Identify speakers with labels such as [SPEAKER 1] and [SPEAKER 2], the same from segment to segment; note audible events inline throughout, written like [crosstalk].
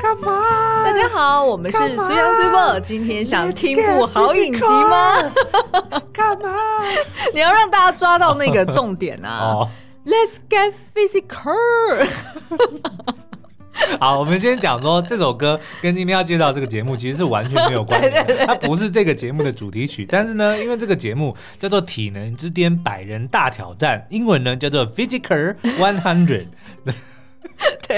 [SPEAKER 1] 干嘛？
[SPEAKER 2] 大家好，我们是
[SPEAKER 1] 干嘛
[SPEAKER 2] 随阳随报，今天想听部好影集吗？
[SPEAKER 1] 干嘛？
[SPEAKER 2] 你要让大家抓到那个重点啊
[SPEAKER 1] [laughs] 哦，
[SPEAKER 2] ！Let's get physical，
[SPEAKER 1] [laughs] 好，我们先讲说这首歌跟今天要介绍这个节目其实是完全没有关
[SPEAKER 2] [laughs]
[SPEAKER 1] 联的，它不是这个节目的主题曲。但是呢，因为这个节目叫做《体能之巅百人大挑战》，英文呢叫做 Physical One
[SPEAKER 2] [laughs]
[SPEAKER 1] Hundred。
[SPEAKER 2] 因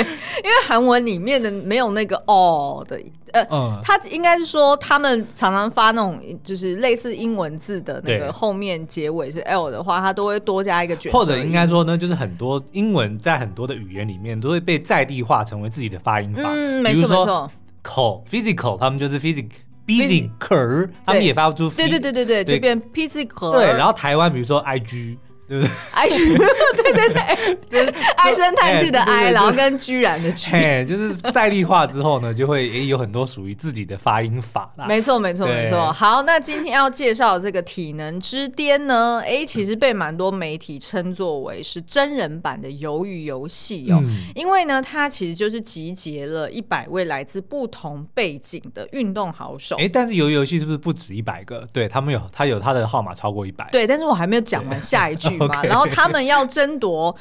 [SPEAKER 2] 为韩文里面的没有那个哦的，呃，
[SPEAKER 1] 嗯，
[SPEAKER 2] 他应该是说他们常常发那种就是类似英文字的那
[SPEAKER 1] 对
[SPEAKER 2] 个后面结尾是 l 的话，他都会多加一个卷舌音，
[SPEAKER 1] 或者应该说呢，就是很多英文在很多的语言里面都会被在地化成为自己的发音法。
[SPEAKER 2] 嗯，没
[SPEAKER 1] 啊比如
[SPEAKER 2] 错没
[SPEAKER 1] 说
[SPEAKER 2] 错，
[SPEAKER 1] 口 physical，他们就是 physic physical，他们也发不出 phy-
[SPEAKER 2] 对对对对对，
[SPEAKER 1] 对
[SPEAKER 2] 就变 physical，
[SPEAKER 1] 对，
[SPEAKER 2] [laughs]
[SPEAKER 1] 然后台湾比如说 IG，对不对？
[SPEAKER 2] 哀， [laughs] 对对对，
[SPEAKER 1] [laughs]
[SPEAKER 2] 唉声叹气的
[SPEAKER 1] 哎对对
[SPEAKER 2] 唉，
[SPEAKER 1] 对
[SPEAKER 2] 然后跟居然的居，
[SPEAKER 1] 嘿，就是在地化之后呢，就会也有很多属于自己的发音法啦。
[SPEAKER 2] 没错，没错，
[SPEAKER 1] 对
[SPEAKER 2] 没错。好，那今天要介绍的这个《体能之巅》呢，诶，其实被蛮多媒体称作为是真人版的鱿鱼游戏哦。
[SPEAKER 1] 嗯
[SPEAKER 2] 因为呢，它其实就是集结了一百位来自不同背景的运动好手。
[SPEAKER 1] 哎，但是游游戏是不是不止一百个？对他们有，他有他的号码超过一百。
[SPEAKER 2] 对，但是我还没有讲完下一句嘛。
[SPEAKER 1] [laughs] OK
[SPEAKER 2] 然后他们要争夺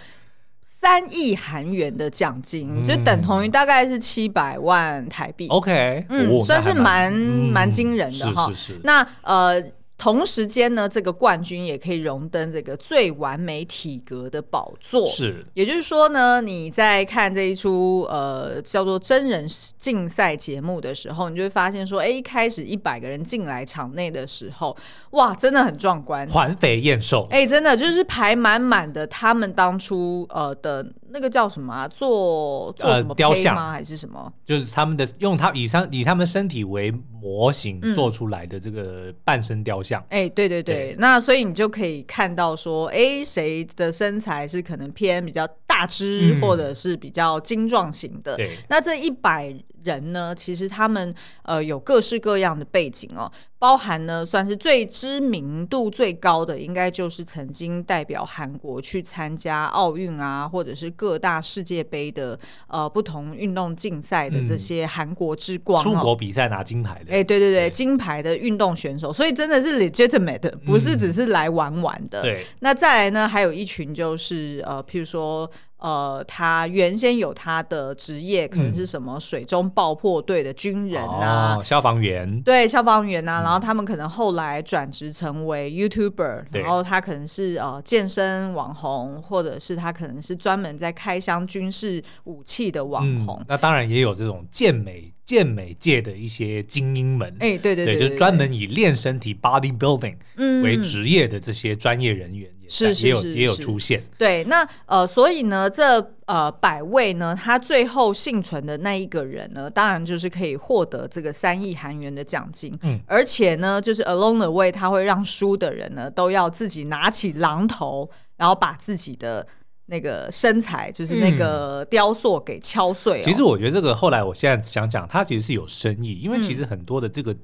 [SPEAKER 2] 三亿韩元的奖金，
[SPEAKER 1] 嗯
[SPEAKER 2] 就等同于大概是七百万台币。
[SPEAKER 1] ，OK，
[SPEAKER 2] 嗯
[SPEAKER 1] 哦
[SPEAKER 2] 算是
[SPEAKER 1] 那还
[SPEAKER 2] 蛮
[SPEAKER 1] 嗯
[SPEAKER 2] 蛮惊人的哈
[SPEAKER 1] 是是是，
[SPEAKER 2] 那呃，同时间呢，这个冠军也可以荣登这个最完美体格的宝座。
[SPEAKER 1] 是
[SPEAKER 2] 也就是说呢，你在看这一出呃叫做真人竞赛节目的时候，你就会发现说，哎，一开始一百个人进来场内的时候，哇，真的很壮观。
[SPEAKER 1] 环肥燕瘦。
[SPEAKER 2] 哎、真的就是排满满的，他们当初呃的那个叫什么、啊、做做
[SPEAKER 1] 呃
[SPEAKER 2] 什么
[SPEAKER 1] 雕
[SPEAKER 2] 胚
[SPEAKER 1] 像
[SPEAKER 2] 吗？还是什么？
[SPEAKER 1] 就是他们的用他以上以他们身体为模型
[SPEAKER 2] 嗯
[SPEAKER 1] 做出来的这个半身雕像，
[SPEAKER 2] 哎、对对对，
[SPEAKER 1] 对
[SPEAKER 2] 那所以你就可以看到说，哎、谁的身材是可能偏比较大只，
[SPEAKER 1] 嗯
[SPEAKER 2] 或者是比较精壮型的。
[SPEAKER 1] 对，
[SPEAKER 2] 那这一百人呢，其实他们呃有各式各样的背景哦，包含呢算是最知名度最高的，应该就是曾经代表韩国去参加奥运啊，或者是各大世界杯的呃不同运动竞赛的这
[SPEAKER 1] 嗯
[SPEAKER 2] 些韩国之光、哦
[SPEAKER 1] 出国比赛拿金牌的，
[SPEAKER 2] 哎、对对对，
[SPEAKER 1] 对
[SPEAKER 2] 金牌的运动选手，所以真的是 legitimate，的不是只是来玩玩的。
[SPEAKER 1] 嗯对，
[SPEAKER 2] 那再来呢，还有一群就是呃，譬如说呃，他原先有他的职业，可能是什么水中爆破队的军人啊。
[SPEAKER 1] 嗯哦、消嗯防员，
[SPEAKER 2] 对消防员啊，然后他们可能后来转职成为 YouTuber，
[SPEAKER 1] 对
[SPEAKER 2] 然后他可能是呃健身网红，或者是他可能是专门在开箱军事武器的网红。
[SPEAKER 1] 嗯那当然也有这种健美健美界的一些精英们，
[SPEAKER 2] 哎、对对对
[SPEAKER 1] 就是专门以练身体 body building
[SPEAKER 2] 嗯
[SPEAKER 1] 为职业的这些专业人员也在、
[SPEAKER 2] 是是
[SPEAKER 1] 也有
[SPEAKER 2] 是
[SPEAKER 1] 也有
[SPEAKER 2] 是
[SPEAKER 1] 出现，
[SPEAKER 2] 对，那呃，所以呢，这呃百位呢，他最后幸存的那一个人呢，当然就是可以获得这个三亿韩元的奖金。
[SPEAKER 1] 嗯，
[SPEAKER 2] 而且呢，就是 along the way，他会让输的人呢，都要自己拿起榔头，然后把自己的那个身材，就是那个雕塑给敲碎、哦
[SPEAKER 1] 其实我觉得这个后来我现在想想，它其实是有深意，因为
[SPEAKER 2] 嗯
[SPEAKER 1] 其实很多的这个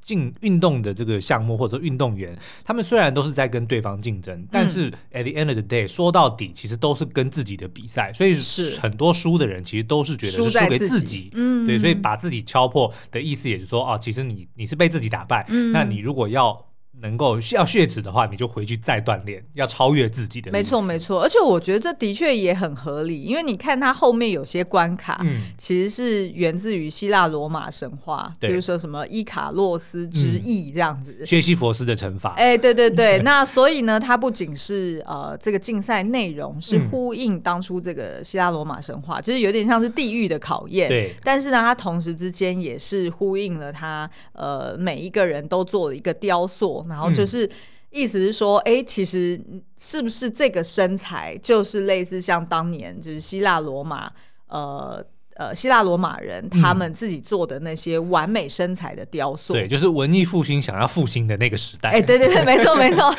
[SPEAKER 1] 竞运动的这个项目或者说运动员，他们虽然都是在跟对方竞
[SPEAKER 2] 嗯
[SPEAKER 1] 争，但是 at the end of the day，说到底其实都是跟自己的比赛，所以
[SPEAKER 2] 是
[SPEAKER 1] 很多输的人其实都是觉得是
[SPEAKER 2] 输在
[SPEAKER 1] 输给
[SPEAKER 2] 自
[SPEAKER 1] 自
[SPEAKER 2] 己
[SPEAKER 1] 己，
[SPEAKER 2] 嗯
[SPEAKER 1] 对，所以把自己敲破的意思也是说，哦，其实你你是被自己打败，
[SPEAKER 2] 嗯
[SPEAKER 1] 那你如果要能够要血脂的话，你就回去再锻炼，要超越自己的，
[SPEAKER 2] 没错没
[SPEAKER 1] 错，
[SPEAKER 2] 错，而且我觉得这的确也很合理，因为你看它后面有些关卡，
[SPEAKER 1] 嗯，
[SPEAKER 2] 其实是源自于希腊罗马神话，比
[SPEAKER 1] 对嗯
[SPEAKER 2] 如说什么伊卡洛斯之役这样子。
[SPEAKER 1] 薛西佛斯的惩罚，
[SPEAKER 2] 哎、对
[SPEAKER 1] [laughs]
[SPEAKER 2] 对对，那所以呢，它不仅是呃这个竞赛内容是
[SPEAKER 1] 嗯
[SPEAKER 2] 呼应当初这个希腊罗马神话，就是有点像是地狱的考验。
[SPEAKER 1] 对
[SPEAKER 2] 但是呢，它同时之间也是呼应了它呃每一个人都做了一个雕塑，然后就是。意思是说，哎、其实是不是这个身材就是类似像当年就是希腊罗马呃呃希腊罗马人他们自己做的那些完美身材的雕塑？
[SPEAKER 1] 对，就是文艺复兴想要复兴的那个时代。
[SPEAKER 2] 哎、对对对，没
[SPEAKER 1] [laughs]
[SPEAKER 2] 错没错。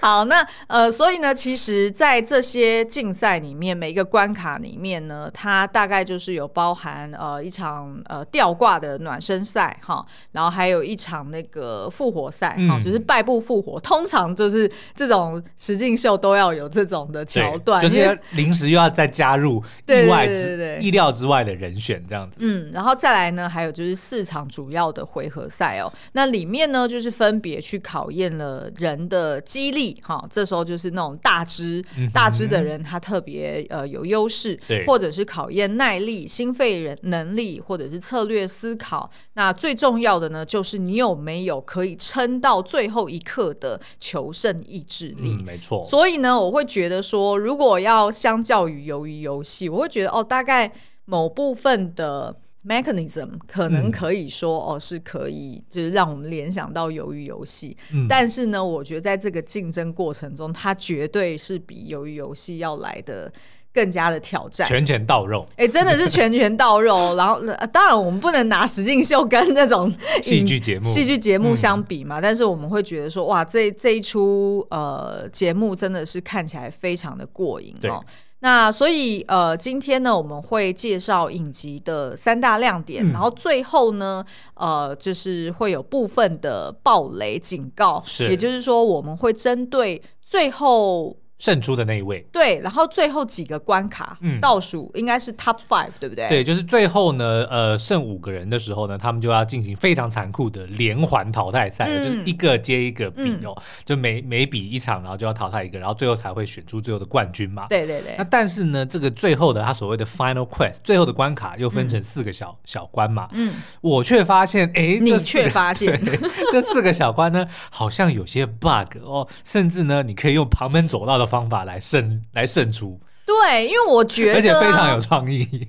[SPEAKER 2] 好，那呃，所以呢，其实，在这些竞赛里面，每一个关卡里面呢，它大概就是有包含呃一场呃吊挂的暖身赛哈，然后还有一场那个复活赛哈，
[SPEAKER 1] 嗯
[SPEAKER 2] 就是败部复活。通常就是这种实境秀都要有这种的
[SPEAKER 1] 对
[SPEAKER 2] 桥段，
[SPEAKER 1] 就是
[SPEAKER 2] 因为
[SPEAKER 1] 要临时又要再加入
[SPEAKER 2] 对
[SPEAKER 1] 意外
[SPEAKER 2] 对对对
[SPEAKER 1] 之
[SPEAKER 2] 对对
[SPEAKER 1] 意料之外的人选这样子。
[SPEAKER 2] 嗯，然后再来呢，还有就是四场主要的回合赛哦。那里面呢，就是分别去考验了人的肌力哈。这时候就是那种大只、大只的人，他特别呃有优势
[SPEAKER 1] 对，
[SPEAKER 2] 或者是考验耐力、心肺人能力，或者是策略思考。那最重要的呢，就是你有没有可以撑到最后一刻的求胜意志力。
[SPEAKER 1] 嗯，没错。
[SPEAKER 2] 所以呢，我会觉得说，如果要相较于鱿鱼游戏，我会觉得哦，大概某部分的 mechanism 可能可以说、哦是可以，就是让我们联想到鱿鱼游戏。
[SPEAKER 1] 嗯
[SPEAKER 2] 但是呢，我觉得在这个竞争过程中，它绝对是比鱿鱼游戏要来的更加的挑战。
[SPEAKER 1] 拳拳到肉，
[SPEAKER 2] 哎、真的是拳拳到肉。然后、呃当然我们不能拿实境秀跟那种
[SPEAKER 1] 戏
[SPEAKER 2] 影
[SPEAKER 1] 剧节目
[SPEAKER 2] 嗯
[SPEAKER 1] 嗯
[SPEAKER 2] 戏剧节目相比嘛，但是我们会觉得说，哇，这这一出呃节目真的是看起来非常的过瘾
[SPEAKER 1] 对
[SPEAKER 2] 哦。那所以呃，今天呢，我们会介绍影集的三大亮点，
[SPEAKER 1] 嗯
[SPEAKER 2] 然后最后呢，呃，就是会有部分的暴雷警告，
[SPEAKER 1] 是
[SPEAKER 2] 也就是说，我们会针对最后
[SPEAKER 1] 胜出的那一位。
[SPEAKER 2] 对，然后最后几个关卡，
[SPEAKER 1] 嗯
[SPEAKER 2] 倒数应该是 top five，对不对？
[SPEAKER 1] 对，就是最后呢，呃，剩五个人的时候呢，他们就要进行非常残酷的连环淘汰赛了，
[SPEAKER 2] 嗯
[SPEAKER 1] 就是一个接一个比哦，就每每比一场，然后就要淘汰一个，然后最后才会选出最后的冠军嘛。
[SPEAKER 2] 对对对
[SPEAKER 1] 那但是呢，这个最后的它所谓的 final quest 最后的关卡又分成四个小、小关嘛，
[SPEAKER 2] 嗯，
[SPEAKER 1] 我却发现，哎，
[SPEAKER 2] 你
[SPEAKER 1] 这四个
[SPEAKER 2] 却发
[SPEAKER 1] [laughs]
[SPEAKER 2] 现
[SPEAKER 1] 对这四个小关呢，好像有些 bug 哦，甚至呢，你可以用旁门左道的方法来胜来胜出，
[SPEAKER 2] 对，因为我觉得，啊
[SPEAKER 1] 而且非常有创意。嗯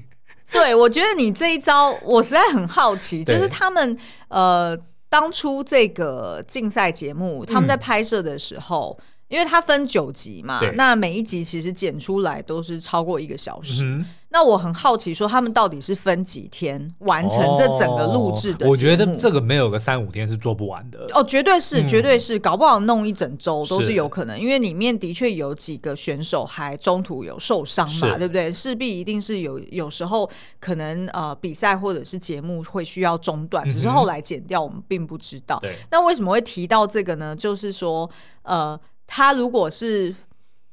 [SPEAKER 2] 对，我觉得你这一招，我实在很好奇，就
[SPEAKER 1] 对
[SPEAKER 2] 是他们呃，当初这个竞赛节目，他们在
[SPEAKER 1] 嗯
[SPEAKER 2] 拍摄的时候，因为它分九集嘛
[SPEAKER 1] 对，
[SPEAKER 2] 那每一集其实剪出来都是超过一个小时。
[SPEAKER 1] 嗯，
[SPEAKER 2] 那我很好奇，说他们到底是分几天完成这整个录制的节目、
[SPEAKER 1] 哦我觉得这个没有个三五天是做不完的。
[SPEAKER 2] 哦，绝对是，
[SPEAKER 1] 嗯
[SPEAKER 2] 绝对是，搞不好弄一整周都是
[SPEAKER 1] 是
[SPEAKER 2] 有可能，因为里面的确有几个选手还中途有受伤嘛，
[SPEAKER 1] 是
[SPEAKER 2] 对不对？势必一定是有有时候可能呃比赛或者是节目会需要中断，只
[SPEAKER 1] 嗯
[SPEAKER 2] 是
[SPEAKER 1] 哼
[SPEAKER 2] 后来剪掉，我们并不知道。
[SPEAKER 1] 对，
[SPEAKER 2] 那为什么会提到这个呢？就是说，呃，他如果是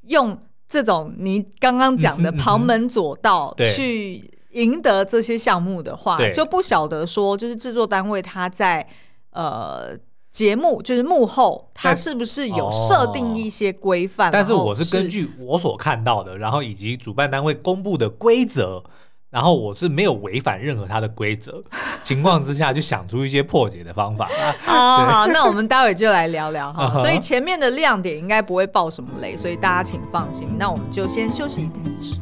[SPEAKER 2] 用这种你刚刚讲的
[SPEAKER 1] 嗯哼嗯哼
[SPEAKER 2] 旁门左道
[SPEAKER 1] 对
[SPEAKER 2] 去赢得这些项目的话，
[SPEAKER 1] 对
[SPEAKER 2] 就不晓得说，就是制作单位他在呃。节目就是幕后，他
[SPEAKER 1] 但
[SPEAKER 2] 是不是有
[SPEAKER 1] 哦
[SPEAKER 2] 设定一些规范？
[SPEAKER 1] 但是
[SPEAKER 2] 然后哦
[SPEAKER 1] 我是根
[SPEAKER 2] [laughs]
[SPEAKER 1] 据我所看到的，然后以及主办单位公布的规则，然后我是没有违反任何它的规则
[SPEAKER 2] [laughs]
[SPEAKER 1] 情况之下，就想出一些破解的方法。啊
[SPEAKER 2] 哦，好，那我们待会就来聊聊
[SPEAKER 1] 嗯
[SPEAKER 2] 哈。
[SPEAKER 1] 哼
[SPEAKER 2] 所以前面的亮点应该不会爆什么雷，所以大家请放心。那我们就先休息一下。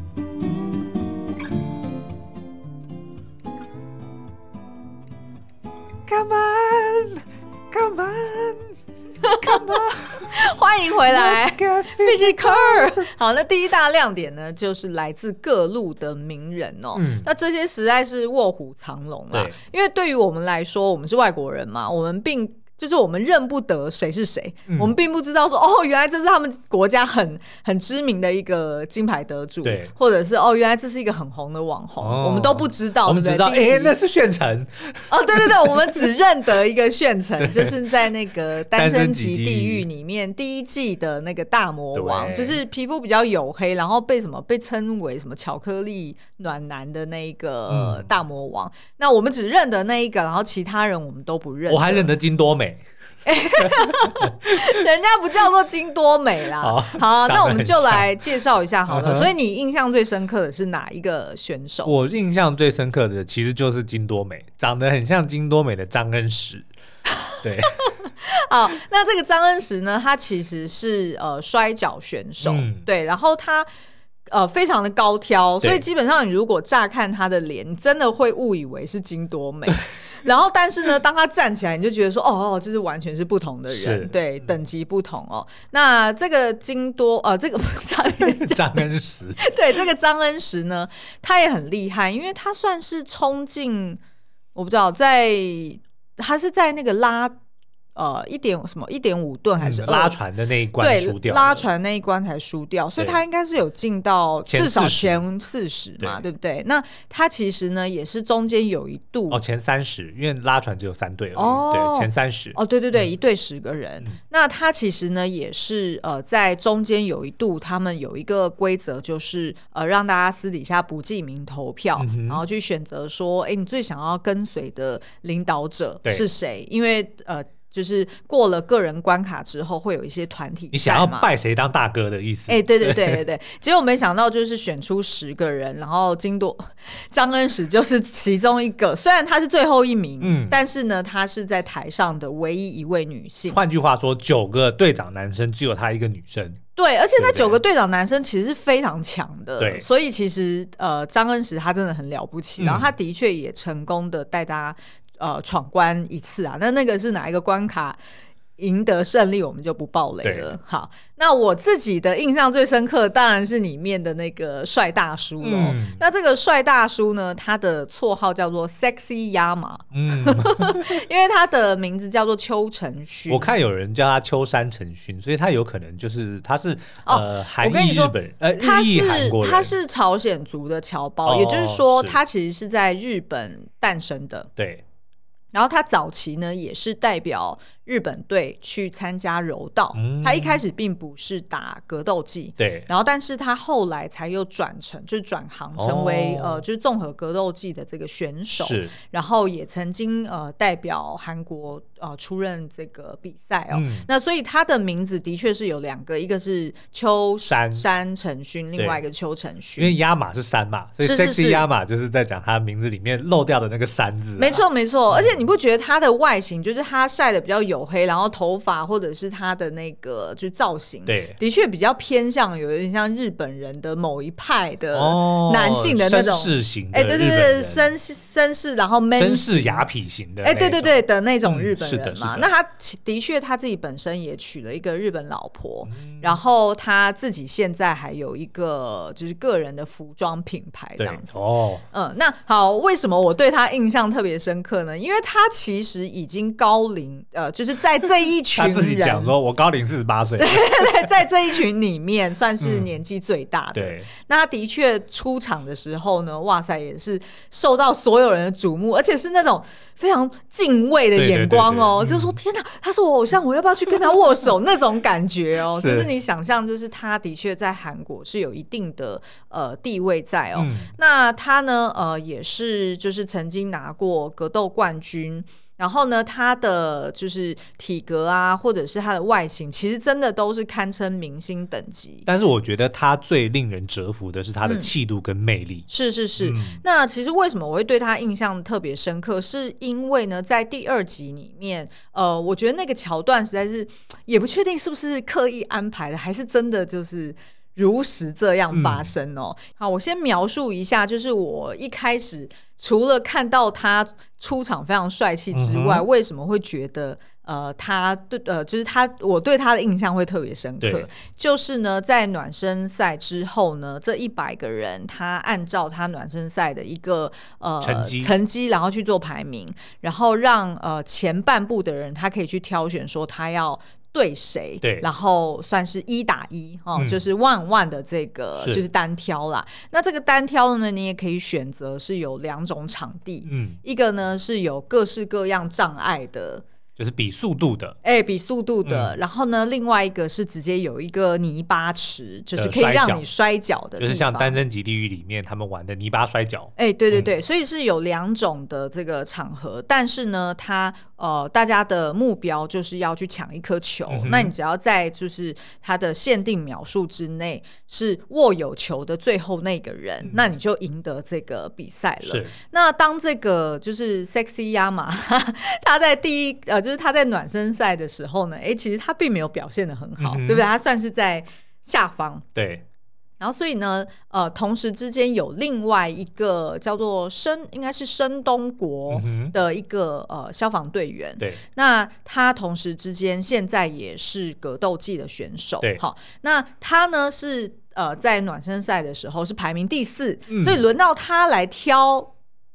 [SPEAKER 1] Come on，Come on，
[SPEAKER 2] [laughs] 欢迎回来，Physical。好，那第一大亮点呢，就是来自各路的名人哦。
[SPEAKER 1] 嗯
[SPEAKER 2] 那这些实在是卧虎藏龙啦
[SPEAKER 1] 对，
[SPEAKER 2] 因为对于我们来说，我们是外国人嘛，我们并。就是我们认不得谁是谁，
[SPEAKER 1] 嗯
[SPEAKER 2] 我们并不知道说哦，原来这是他们国家很很知名的一个金牌得主
[SPEAKER 1] 对，
[SPEAKER 2] 或者是哦，原来这是一个很红的网红，
[SPEAKER 1] 哦
[SPEAKER 2] 我们都不知道，
[SPEAKER 1] 我们
[SPEAKER 2] 对
[SPEAKER 1] 知
[SPEAKER 2] 不
[SPEAKER 1] 道，
[SPEAKER 2] 对第一
[SPEAKER 1] 哎，
[SPEAKER 2] 集
[SPEAKER 1] 那是炫城，
[SPEAKER 2] [laughs] 哦，对对对，我们只认得一个炫
[SPEAKER 1] [laughs]
[SPEAKER 2] 城，就是在那个《单
[SPEAKER 1] 单身
[SPEAKER 2] 身
[SPEAKER 1] 即
[SPEAKER 2] 级
[SPEAKER 1] 地
[SPEAKER 2] 地狱》
[SPEAKER 1] 狱
[SPEAKER 2] 里面第一季的那个大魔王，
[SPEAKER 1] 对
[SPEAKER 2] 就是皮肤比较黝黑，然后被什么被称为什么巧克力暖男的那一个呃
[SPEAKER 1] 嗯
[SPEAKER 2] 大魔王。那我们只认得那一个，然后其他人我们都不认。
[SPEAKER 1] 我还认得金多美。
[SPEAKER 2] [laughs] 人家不叫做金多美
[SPEAKER 1] [laughs]
[SPEAKER 2] 啦。
[SPEAKER 1] 好哦长得
[SPEAKER 2] 那我们
[SPEAKER 1] 很
[SPEAKER 2] 就
[SPEAKER 1] 像
[SPEAKER 2] 来介绍一下好了。
[SPEAKER 1] 嗯哼
[SPEAKER 2] 所以你印象最深刻的是哪一个选手？
[SPEAKER 1] 我印象最深刻的其实就是金多美，长得很像金多美的张恩石。
[SPEAKER 2] [laughs]
[SPEAKER 1] 对，
[SPEAKER 2] 好，那这个张恩石呢，他其实是呃摔跤选手，
[SPEAKER 1] 嗯
[SPEAKER 2] 对，然后他。呃，非常的高挑，
[SPEAKER 1] 对
[SPEAKER 2] 所以基本上你如果乍看他的脸，你真的会误以为是金
[SPEAKER 1] [laughs]
[SPEAKER 2] 多美。然后，但是呢，当他站起来，你就觉得说，哦哦，这是完全是不同的
[SPEAKER 1] 是
[SPEAKER 2] 人，对，等级不同哦。那这个金多，呃，这个 [laughs] 差点
[SPEAKER 1] 张
[SPEAKER 2] 讲
[SPEAKER 1] 恩石， [laughs]
[SPEAKER 2] 对，这个张恩石呢，他也很厉害，因为他算是冲进，我不知道在，他是在那个拉呃一点什么一点五 [laughs] 吨还是
[SPEAKER 1] 嗯
[SPEAKER 2] 2
[SPEAKER 1] 拉船的那一关输
[SPEAKER 2] 对
[SPEAKER 1] 掉了，
[SPEAKER 2] 拉船那一关才输掉，所以
[SPEAKER 1] 对
[SPEAKER 2] 他应该是有进到
[SPEAKER 1] 前
[SPEAKER 2] 至少
[SPEAKER 1] 40
[SPEAKER 2] 前四十嘛，
[SPEAKER 1] 对
[SPEAKER 2] 对不对？那他其实呢也是中间有一度
[SPEAKER 1] 哦，前三十，因为拉船只有三队而已，
[SPEAKER 2] 哦
[SPEAKER 1] 对，前三十，
[SPEAKER 2] 哦，对对对，一队十个人。
[SPEAKER 1] 嗯
[SPEAKER 2] 那他其实呢，也是呃，在中间有一度，他们有一个规则，就是呃，让大家私底下不记名投票，
[SPEAKER 1] 嗯哼
[SPEAKER 2] 然后去选择说，哎，你最想要跟随的领导者
[SPEAKER 1] 对
[SPEAKER 2] 是谁？因为呃，就是过了个人关卡之后，会有一些团体
[SPEAKER 1] 你想要
[SPEAKER 2] 赛嘛
[SPEAKER 1] 拜谁当大哥的意思？
[SPEAKER 2] 哎、对对对对对，结果没想到就是选出十个人，然后金多张恩石就是其中一个，虽然她是最后一名，
[SPEAKER 1] 嗯
[SPEAKER 2] 但是呢，她是在台上的唯一一位女性。
[SPEAKER 1] 换句话说，九个队长男生只有他一个女生，
[SPEAKER 2] 对，而且那
[SPEAKER 1] 对对
[SPEAKER 2] 九个队长男生其实是非常强的，
[SPEAKER 1] 对
[SPEAKER 2] 所以其实呃，张恩石他真的很了不起，
[SPEAKER 1] 嗯
[SPEAKER 2] 然后他的确也成功的带大家呃闯关一次啊，那那个是哪一个关卡？赢得胜利，我们就不爆雷了
[SPEAKER 1] 对。
[SPEAKER 2] 好，那我自己的印象最深刻，当然是里面的那个帅大叔喽。
[SPEAKER 1] 嗯
[SPEAKER 2] 那这个帅大叔呢，他的绰号叫做 “sexy 亚马”， [laughs]
[SPEAKER 1] 嗯，
[SPEAKER 2] 因为他的名字叫做邱成勋。
[SPEAKER 1] 我看有人叫他秋山成勋，所以他有可能就是他是、
[SPEAKER 2] 哦
[SPEAKER 1] 呃韩
[SPEAKER 2] 我跟
[SPEAKER 1] 裔
[SPEAKER 2] 你说
[SPEAKER 1] 日本人呃
[SPEAKER 2] 他
[SPEAKER 1] 日裔
[SPEAKER 2] 是
[SPEAKER 1] 韩国人，
[SPEAKER 2] 他是朝鲜族的侨胞，
[SPEAKER 1] 哦
[SPEAKER 2] 也就是说，
[SPEAKER 1] 是
[SPEAKER 2] 他其实是在日本诞生的。
[SPEAKER 1] 对
[SPEAKER 2] 然后他早期呢，也是代表日本队去参加柔道。
[SPEAKER 1] 嗯
[SPEAKER 2] 他一开始并不是打格斗技，
[SPEAKER 1] 对
[SPEAKER 2] 然后但是他后来才又转成，就是转行成为、
[SPEAKER 1] 哦
[SPEAKER 2] 呃，就是综合格斗技的这个选手。
[SPEAKER 1] 是
[SPEAKER 2] 然后也曾经呃代表韩国呃出任这个比赛哦。
[SPEAKER 1] 嗯
[SPEAKER 2] 那所以他的名字的确是有两个，一个是邱
[SPEAKER 1] 山
[SPEAKER 2] 山成勋，另
[SPEAKER 1] 对
[SPEAKER 2] 外一个邱成
[SPEAKER 1] 因为
[SPEAKER 2] 勋。
[SPEAKER 1] 亚马是山嘛，所以
[SPEAKER 2] 是是
[SPEAKER 1] sexy
[SPEAKER 2] 是
[SPEAKER 1] 亚马就是在讲他名字里面漏掉的那个山字、
[SPEAKER 2] 没，错，没
[SPEAKER 1] 嗯
[SPEAKER 2] 错，而且你不觉得他的外形，就是他晒的比较黝黑，然后头发或者是他的那个就是造型，
[SPEAKER 1] 对
[SPEAKER 2] 的确比较偏向有点像日本人的某一派的
[SPEAKER 1] 哦，
[SPEAKER 2] 男性的那种
[SPEAKER 1] 绅，士型的
[SPEAKER 2] 哎、
[SPEAKER 1] 日
[SPEAKER 2] 对
[SPEAKER 1] 本
[SPEAKER 2] 对
[SPEAKER 1] 人，
[SPEAKER 2] 对，绅士绅士，然后 man
[SPEAKER 1] 绅士雅痞型的，
[SPEAKER 2] 哎、对对对，的那种
[SPEAKER 1] 嗯
[SPEAKER 2] 日本
[SPEAKER 1] 是的
[SPEAKER 2] 人嘛，
[SPEAKER 1] 是的
[SPEAKER 2] 那他其的确他自己本身也娶了一个日本老婆，
[SPEAKER 1] 嗯
[SPEAKER 2] 然后他自己现在还有一个就是个人的服装品牌这
[SPEAKER 1] 对
[SPEAKER 2] 样子。 [laughs]
[SPEAKER 1] 哦，
[SPEAKER 2] 嗯，那好，为什么我对他印象特别深刻呢？因为他其实已经高龄，呃，就是在这一
[SPEAKER 1] [laughs]
[SPEAKER 2] 群
[SPEAKER 1] 他
[SPEAKER 2] 人，
[SPEAKER 1] 自己讲
[SPEAKER 2] [laughs]
[SPEAKER 1] 说，我高龄四十八岁，对
[SPEAKER 2] 在在这一群里面算是
[SPEAKER 1] 嗯
[SPEAKER 2] 年纪最大的。那他的确出场的时候呢，哇塞，也是受到所有人的瞩目，而且是那种非常敬畏的眼光哦，
[SPEAKER 1] 对对对对嗯
[SPEAKER 2] 就是说天哪，他是我偶像，我要不要去跟他握手那种感觉哦， [laughs]
[SPEAKER 1] 是
[SPEAKER 2] 就是你想象，就是他的确在韩国是有一定的呃地位在哦。
[SPEAKER 1] 嗯，
[SPEAKER 2] 那他呢，呃，也是就是曾经拿过格斗冠军。然后呢，他的就是体格啊，或者是他的外形，其实真的都是堪称明星等级。
[SPEAKER 1] 但是我觉得他最令人折服的是他的
[SPEAKER 2] 嗯
[SPEAKER 1] 气度跟魅力，
[SPEAKER 2] 是是是，
[SPEAKER 1] 嗯
[SPEAKER 2] 那其实为什么我会对他印象特别深刻，是因为呢，在第二集里面，呃，我觉得那个桥段实在是也不确定是不是刻意安排的，还是真的就是。如实这样发
[SPEAKER 1] 嗯
[SPEAKER 2] 生哦。好，我先描述一下，就是我一开始除了看到他出场非常帅气之外，
[SPEAKER 1] 嗯哼
[SPEAKER 2] 为什么会觉得呃，他对呃，就是他，我对他的印象会特别深刻
[SPEAKER 1] 对。
[SPEAKER 2] 就是呢，在暖身赛之后呢，这一百个人他按照他暖身赛的一个呃
[SPEAKER 1] 成绩
[SPEAKER 2] 成绩，然后去做排名，然后让呃前半部的人他可以去挑选说他要。对谁？
[SPEAKER 1] 对
[SPEAKER 2] 然后算是一打一哦，
[SPEAKER 1] 嗯
[SPEAKER 2] 就是 one one 的这个
[SPEAKER 1] 是
[SPEAKER 2] 就是单挑啦。那这个单挑呢，你也可以选择是有两种场地，
[SPEAKER 1] 嗯，
[SPEAKER 2] 一个呢是有各式各样障碍的
[SPEAKER 1] 就是比速度的，
[SPEAKER 2] 哎、比速度
[SPEAKER 1] 嗯
[SPEAKER 2] 的。然后呢，另外一个是直接有一个泥巴池，就是可以
[SPEAKER 1] 呃摔跤
[SPEAKER 2] 让你摔跤的
[SPEAKER 1] 就
[SPEAKER 2] 地方。
[SPEAKER 1] 是像《单嗯身级地狱》里面他们玩的泥巴摔跤，
[SPEAKER 2] 哎、对对对，所以是有两种的这个场合，但是呢，它呃，大家的目标就是要去抢一颗球。
[SPEAKER 1] 嗯哼
[SPEAKER 2] 那你只要在就是它的限定秒数之内是握有球的最后那个人，那你就赢得这个比赛了。
[SPEAKER 1] 嗯是
[SPEAKER 2] 那当这个就是 sexy 亚马， [laughs] 他在第一呃，就是他在暖身赛的时候呢，诶，其实他并没有表现的很好，
[SPEAKER 1] 嗯哼
[SPEAKER 2] 对不对？他算是在下方。
[SPEAKER 1] 对，
[SPEAKER 2] 然后所以呢，呃，同时之间有另外一个叫做申，应该是申东国
[SPEAKER 1] 嗯哼，
[SPEAKER 2] 的一个、呃消防队员。
[SPEAKER 1] 对，
[SPEAKER 2] 那他同时之间现在也是格斗技的选手，
[SPEAKER 1] 对
[SPEAKER 2] 好，那他呢是呃在暖身赛的时候是排名第四，
[SPEAKER 1] 嗯
[SPEAKER 2] 所以轮到他来挑。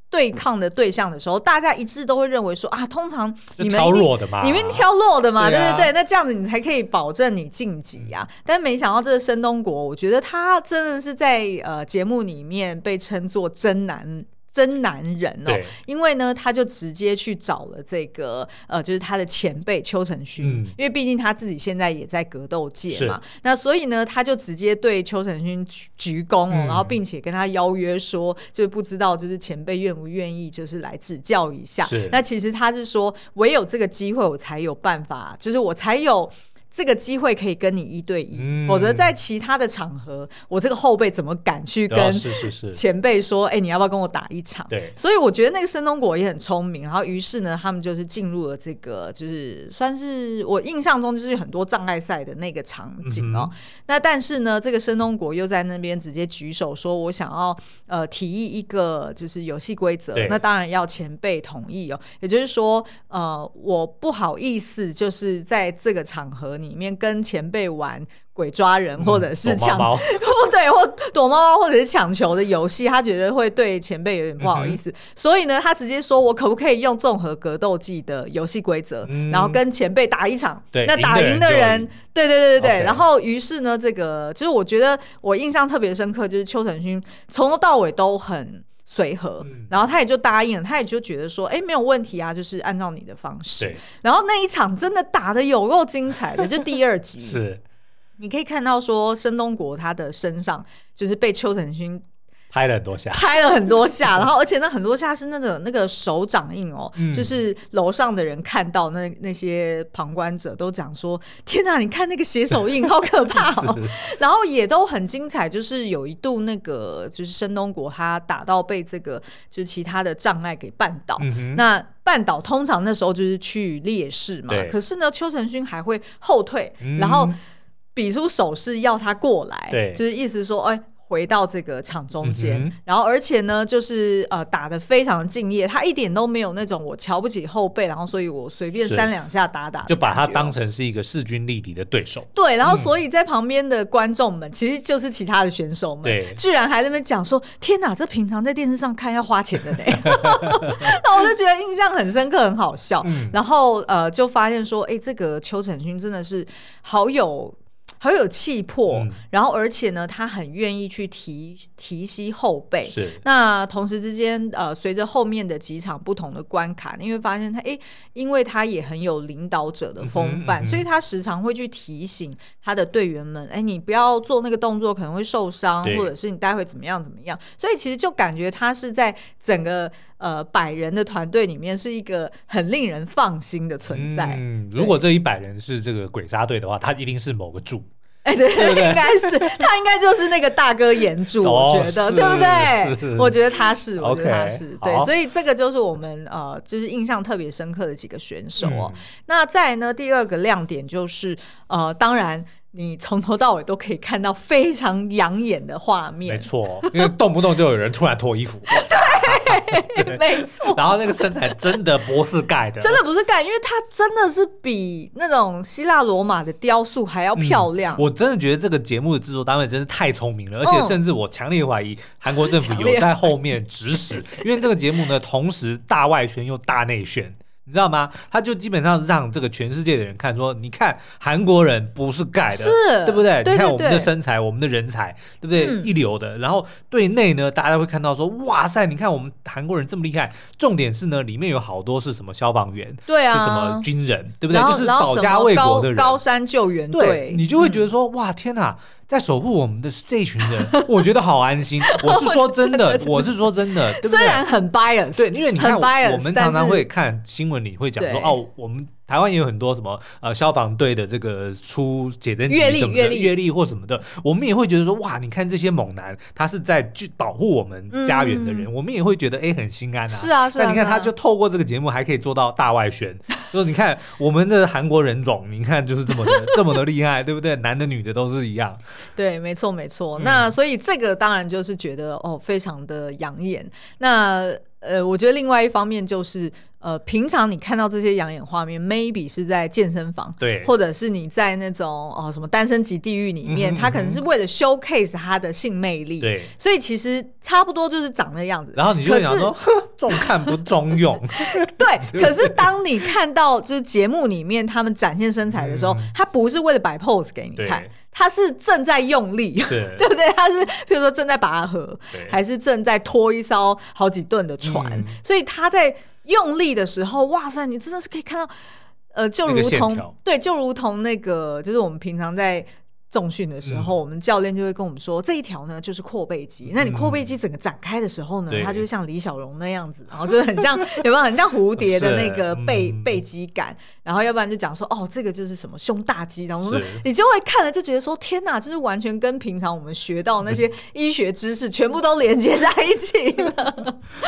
[SPEAKER 2] 对抗的对象的时候，大家一致都会认为说啊，通常
[SPEAKER 1] 就
[SPEAKER 2] 你们
[SPEAKER 1] 挑
[SPEAKER 2] 一定
[SPEAKER 1] 弱的嘛，
[SPEAKER 2] 你们挑弱的嘛，
[SPEAKER 1] 对
[SPEAKER 2] 对
[SPEAKER 1] 啊嗯
[SPEAKER 2] 对对，那这样子你才可以保证你晋级啊。但没想到这个申东国，我觉得他真的是在呃节目里面被称作真男。真男人哦
[SPEAKER 1] 对，
[SPEAKER 2] 因为呢，他就直接去找了这个呃，就是他的前辈邱成勋，
[SPEAKER 1] 嗯
[SPEAKER 2] 因为毕竟他自己现在也在格斗界嘛，那所以呢，他就直接对邱成勋鞠鞠躬哦，
[SPEAKER 1] 嗯
[SPEAKER 2] 然后并且跟他邀约说，就是不知道就是前辈愿不愿意就是来指教一下
[SPEAKER 1] 是，
[SPEAKER 2] 那其实他是说，唯有这个机会，我才有办法，就是我才有。这个机会可以跟你一对一，
[SPEAKER 1] 嗯
[SPEAKER 2] 否则在其他的场合，我这个后辈怎么敢去
[SPEAKER 1] 对啊
[SPEAKER 2] 跟
[SPEAKER 1] 是是是，
[SPEAKER 2] 前辈说：“哎、你要不要跟我打一场？”
[SPEAKER 1] 对，
[SPEAKER 2] 所以我觉得那个申东果也很聪明，然后于是呢，他们就是进入了这个，就是算是我印象中就是很多障碍赛的那个场景
[SPEAKER 1] 嗯
[SPEAKER 2] 哦。那但是呢，这个申东果又在那边直接举手说，我想要呃提议一个就是游戏规则
[SPEAKER 1] 对，
[SPEAKER 2] 那当然要前辈同意哦。也就是说，呃，我不好意思，就是在这个场合里面跟前辈玩鬼抓
[SPEAKER 1] 嗯
[SPEAKER 2] 人或者是
[SPEAKER 1] 躲
[SPEAKER 2] 抢 [laughs]
[SPEAKER 1] 猫猫
[SPEAKER 2] 不对，或躲猫猫或者是抢球的游戏，他觉得会对前辈有点不好意
[SPEAKER 1] 嗯
[SPEAKER 2] 思，所以呢，他直接说我可不可以用综合格斗技的游戏规则，
[SPEAKER 1] 嗯
[SPEAKER 2] 然后跟前辈打一场？
[SPEAKER 1] 对
[SPEAKER 2] 那打赢
[SPEAKER 1] 赢的
[SPEAKER 2] 的
[SPEAKER 1] 人就
[SPEAKER 2] 人，对对对对对。
[SPEAKER 1] OK
[SPEAKER 2] 然后于是呢，这个就是我觉得我印象特别深刻，就是邱成勋从头到尾都很。随和
[SPEAKER 1] 嗯，
[SPEAKER 2] 然后他也就答应了，他也就觉得说，哎，没有问题啊，就是按照你的方式
[SPEAKER 1] 对。
[SPEAKER 2] 然后那一场真的打的有够精彩的，就第二
[SPEAKER 1] [laughs]
[SPEAKER 2] 集
[SPEAKER 1] 是
[SPEAKER 2] 你可以看到说，申东国他的身上就是被邱成勋
[SPEAKER 1] 拍了很多下，
[SPEAKER 2] 拍了很多下，然后而且那很多下是那种那个手掌印哦，
[SPEAKER 1] 嗯
[SPEAKER 2] 就是楼上的人看到那那些旁观者都讲说：“天哪、你看那个血手印，好可怕
[SPEAKER 1] [laughs]
[SPEAKER 2] 哦！”然后也都很精彩，就是有一度那个就是申东国他打到被这个就是其他的障碍给绊倒，
[SPEAKER 1] 嗯哼，
[SPEAKER 2] 那半岛通常那时候就是去劣势嘛
[SPEAKER 1] 对，
[SPEAKER 2] 可是呢，邱成勋还会后退，
[SPEAKER 1] 嗯
[SPEAKER 2] 然后比出手势要他过来，
[SPEAKER 1] 对
[SPEAKER 2] 就是意思说，哎。回到这个场中间，
[SPEAKER 1] 嗯哼
[SPEAKER 2] 然后而且呢，就是呃打得非常敬业，他一点都没有那种我瞧不起后辈，然后所以我随便
[SPEAKER 1] 是
[SPEAKER 2] 三两下打打的感觉
[SPEAKER 1] 就
[SPEAKER 2] 哦，
[SPEAKER 1] 把他当成是一个势均力敌的对手，
[SPEAKER 2] 对，然后所以在旁边的观众们、其实就是其他的选手们，
[SPEAKER 1] 对
[SPEAKER 2] 居然还在那边讲说：“天哪，这平常在电视上看要花钱的
[SPEAKER 1] [laughs]
[SPEAKER 2] 呢。” [laughs] 那我就觉得印象很深刻，很好笑。
[SPEAKER 1] 嗯
[SPEAKER 2] 然后呃，就发现说，哎、这个邱成勋真的是好有。好有气魄，
[SPEAKER 1] 嗯
[SPEAKER 2] 然后而且呢，他很愿意去提提携后辈，
[SPEAKER 1] 是
[SPEAKER 2] 那同时之间，呃，随着后面的几场不同的关卡，你会发现他，诶，因为他也很有领导者的风
[SPEAKER 1] 嗯
[SPEAKER 2] 范，
[SPEAKER 1] 哼嗯哼
[SPEAKER 2] 所以他时常会去提醒他的队员们，诶，你不要做那个动作，可能会受伤，
[SPEAKER 1] 对
[SPEAKER 2] 或者是你待会怎么样怎么样。所以其实就感觉他是在整个呃百人的团队里面是一个很令人放心的存在。
[SPEAKER 1] 嗯，
[SPEAKER 2] 对
[SPEAKER 1] 如果这一百人是这个鬼杀队的话，他一定是某个柱，
[SPEAKER 2] 哎，对，
[SPEAKER 1] 对不对
[SPEAKER 2] 应该是他，应该就是那个大哥岩柱，
[SPEAKER 1] 哦
[SPEAKER 2] 我觉得
[SPEAKER 1] 是
[SPEAKER 2] 对不对
[SPEAKER 1] 是？
[SPEAKER 2] 我觉得他是，我觉
[SPEAKER 1] OK，
[SPEAKER 2] 得他是对
[SPEAKER 1] 好，
[SPEAKER 2] 所以这个就是我们呃，就是印象特别深刻的几个选手哦。
[SPEAKER 1] 嗯
[SPEAKER 2] 那再来呢，第二个亮点就是呃，当然你从头到尾都可以看到非常养眼的画
[SPEAKER 1] 没
[SPEAKER 2] 面，
[SPEAKER 1] 错，哦因为动不动就有人突然脱衣
[SPEAKER 2] [laughs]
[SPEAKER 1] 服，
[SPEAKER 2] 没错。
[SPEAKER 1] 然后那个身材真的不是盖的，
[SPEAKER 2] 真的不是盖，因为它真的是比那种希腊罗马的雕塑还要漂亮。
[SPEAKER 1] 嗯我真的觉得这个节目的制作单位真是太聪明了，而且
[SPEAKER 2] 嗯
[SPEAKER 1] 甚至我强烈怀疑韩国政府
[SPEAKER 2] 强烈
[SPEAKER 1] 有在后面指使，因为这个节目呢，同时大外宣又大内宣。你知道吗？他就基本上让这个全世界的人看说，你看韩国人不是盖的，
[SPEAKER 2] 是
[SPEAKER 1] 对不对？
[SPEAKER 2] 对
[SPEAKER 1] 你看
[SPEAKER 2] 对
[SPEAKER 1] 我们的
[SPEAKER 2] 对
[SPEAKER 1] 身材，我们的人才，对不对？
[SPEAKER 2] 嗯
[SPEAKER 1] 一流的。然后对内呢，大家会看到说，哇塞，你看我们韩国人这么厉害。重点是呢，里面有好多是什么消防员，
[SPEAKER 2] 对啊，
[SPEAKER 1] 是什么军人，对不对？
[SPEAKER 2] 然后
[SPEAKER 1] 就是
[SPEAKER 2] 然后
[SPEAKER 1] 保
[SPEAKER 2] 什
[SPEAKER 1] 家
[SPEAKER 2] 么
[SPEAKER 1] 卫国
[SPEAKER 2] 高
[SPEAKER 1] 的人，
[SPEAKER 2] 高山救援
[SPEAKER 1] 对
[SPEAKER 2] 队，
[SPEAKER 1] 你就会
[SPEAKER 2] 嗯
[SPEAKER 1] 觉得说，哇，天哪，在守护我们的这一群人，我觉得好安心。我是说真的，我是说真的，对不
[SPEAKER 2] 虽
[SPEAKER 1] 对？
[SPEAKER 2] 然很 bias，
[SPEAKER 1] 对，因为你看，
[SPEAKER 2] 很
[SPEAKER 1] 我
[SPEAKER 2] bias，
[SPEAKER 1] 我们
[SPEAKER 2] 但
[SPEAKER 1] 常常
[SPEAKER 2] 是
[SPEAKER 1] 会看新闻里会讲说，
[SPEAKER 2] 对
[SPEAKER 1] 哦，我们台湾也有很多什么呃消防队的这个出解灯
[SPEAKER 2] 阅
[SPEAKER 1] 集
[SPEAKER 2] 历
[SPEAKER 1] 什么
[SPEAKER 2] 阅
[SPEAKER 1] 的
[SPEAKER 2] 历
[SPEAKER 1] 阅历或什么的，我们也会觉得说，哇，你看这些猛男，他是在去保护我们家园的人，我们也会觉得哎很心安啊。
[SPEAKER 2] 嗯是啊是啊
[SPEAKER 1] 那你看，
[SPEAKER 2] 是啊
[SPEAKER 1] 他就透过这个节目还可以做到大外宣， [laughs] 说你看我们的韩国人种，你看就是这么
[SPEAKER 2] [laughs]
[SPEAKER 1] 的这么的厉害，对不对？男的女的都是一样。
[SPEAKER 2] 对，没错没
[SPEAKER 1] 嗯
[SPEAKER 2] 错。那所以这个当然就是觉得哦，非常的养眼。那呃，我觉得另外一方面就是呃，平常你看到这些养眼画面，maybe 是在健身房，
[SPEAKER 1] 对
[SPEAKER 2] 或者是你在那种哦什么单身级地狱里面，
[SPEAKER 1] 嗯哼
[SPEAKER 2] 他可能是为了 showcase 他的性魅力，，
[SPEAKER 1] 对。
[SPEAKER 2] 所以其实差不多就是长那样子。
[SPEAKER 1] 然后你就
[SPEAKER 2] 可
[SPEAKER 1] 会
[SPEAKER 2] 是
[SPEAKER 1] 想说， [laughs] 呵中看不中
[SPEAKER 2] [laughs]
[SPEAKER 1] 用，
[SPEAKER 2] 对，可是当你看到就是节目里面他们展现身材的时候，他不是为了摆 pose 给你看
[SPEAKER 1] 嗯对，
[SPEAKER 2] 他是正在用力， [laughs]
[SPEAKER 1] 是，
[SPEAKER 2] 对不对？他是譬如说正在拔河，
[SPEAKER 1] 对
[SPEAKER 2] 还是正在拖一艘好几吨的船，
[SPEAKER 1] 嗯
[SPEAKER 2] 所以他在用力的时候，哇塞，你真的是可以看到，呃，就
[SPEAKER 1] 那个
[SPEAKER 2] 如
[SPEAKER 1] 线
[SPEAKER 2] 同、
[SPEAKER 1] 条
[SPEAKER 2] 对，就如同那个，就是我们平常在。重训的时候，
[SPEAKER 1] 嗯
[SPEAKER 2] 我们教练就会跟我们说，这一条呢就是阔背肌。那你阔背肌整个展开的时候呢，
[SPEAKER 1] 对
[SPEAKER 2] 它就会像李小龙那样子，然后就是很
[SPEAKER 1] [laughs]
[SPEAKER 2] 像有没有很像蝴蝶的那个
[SPEAKER 1] 是
[SPEAKER 2] 背、
[SPEAKER 1] 嗯
[SPEAKER 2] 背肌感。然后要不然就讲说，哦，这个就是什么胸大肌，然后我们
[SPEAKER 1] 是
[SPEAKER 2] 你就会看了就觉得说，天哪，就是完全跟平常我们学到
[SPEAKER 1] [laughs]
[SPEAKER 2] 那些医学知识全部都连接在一起了。 [laughs]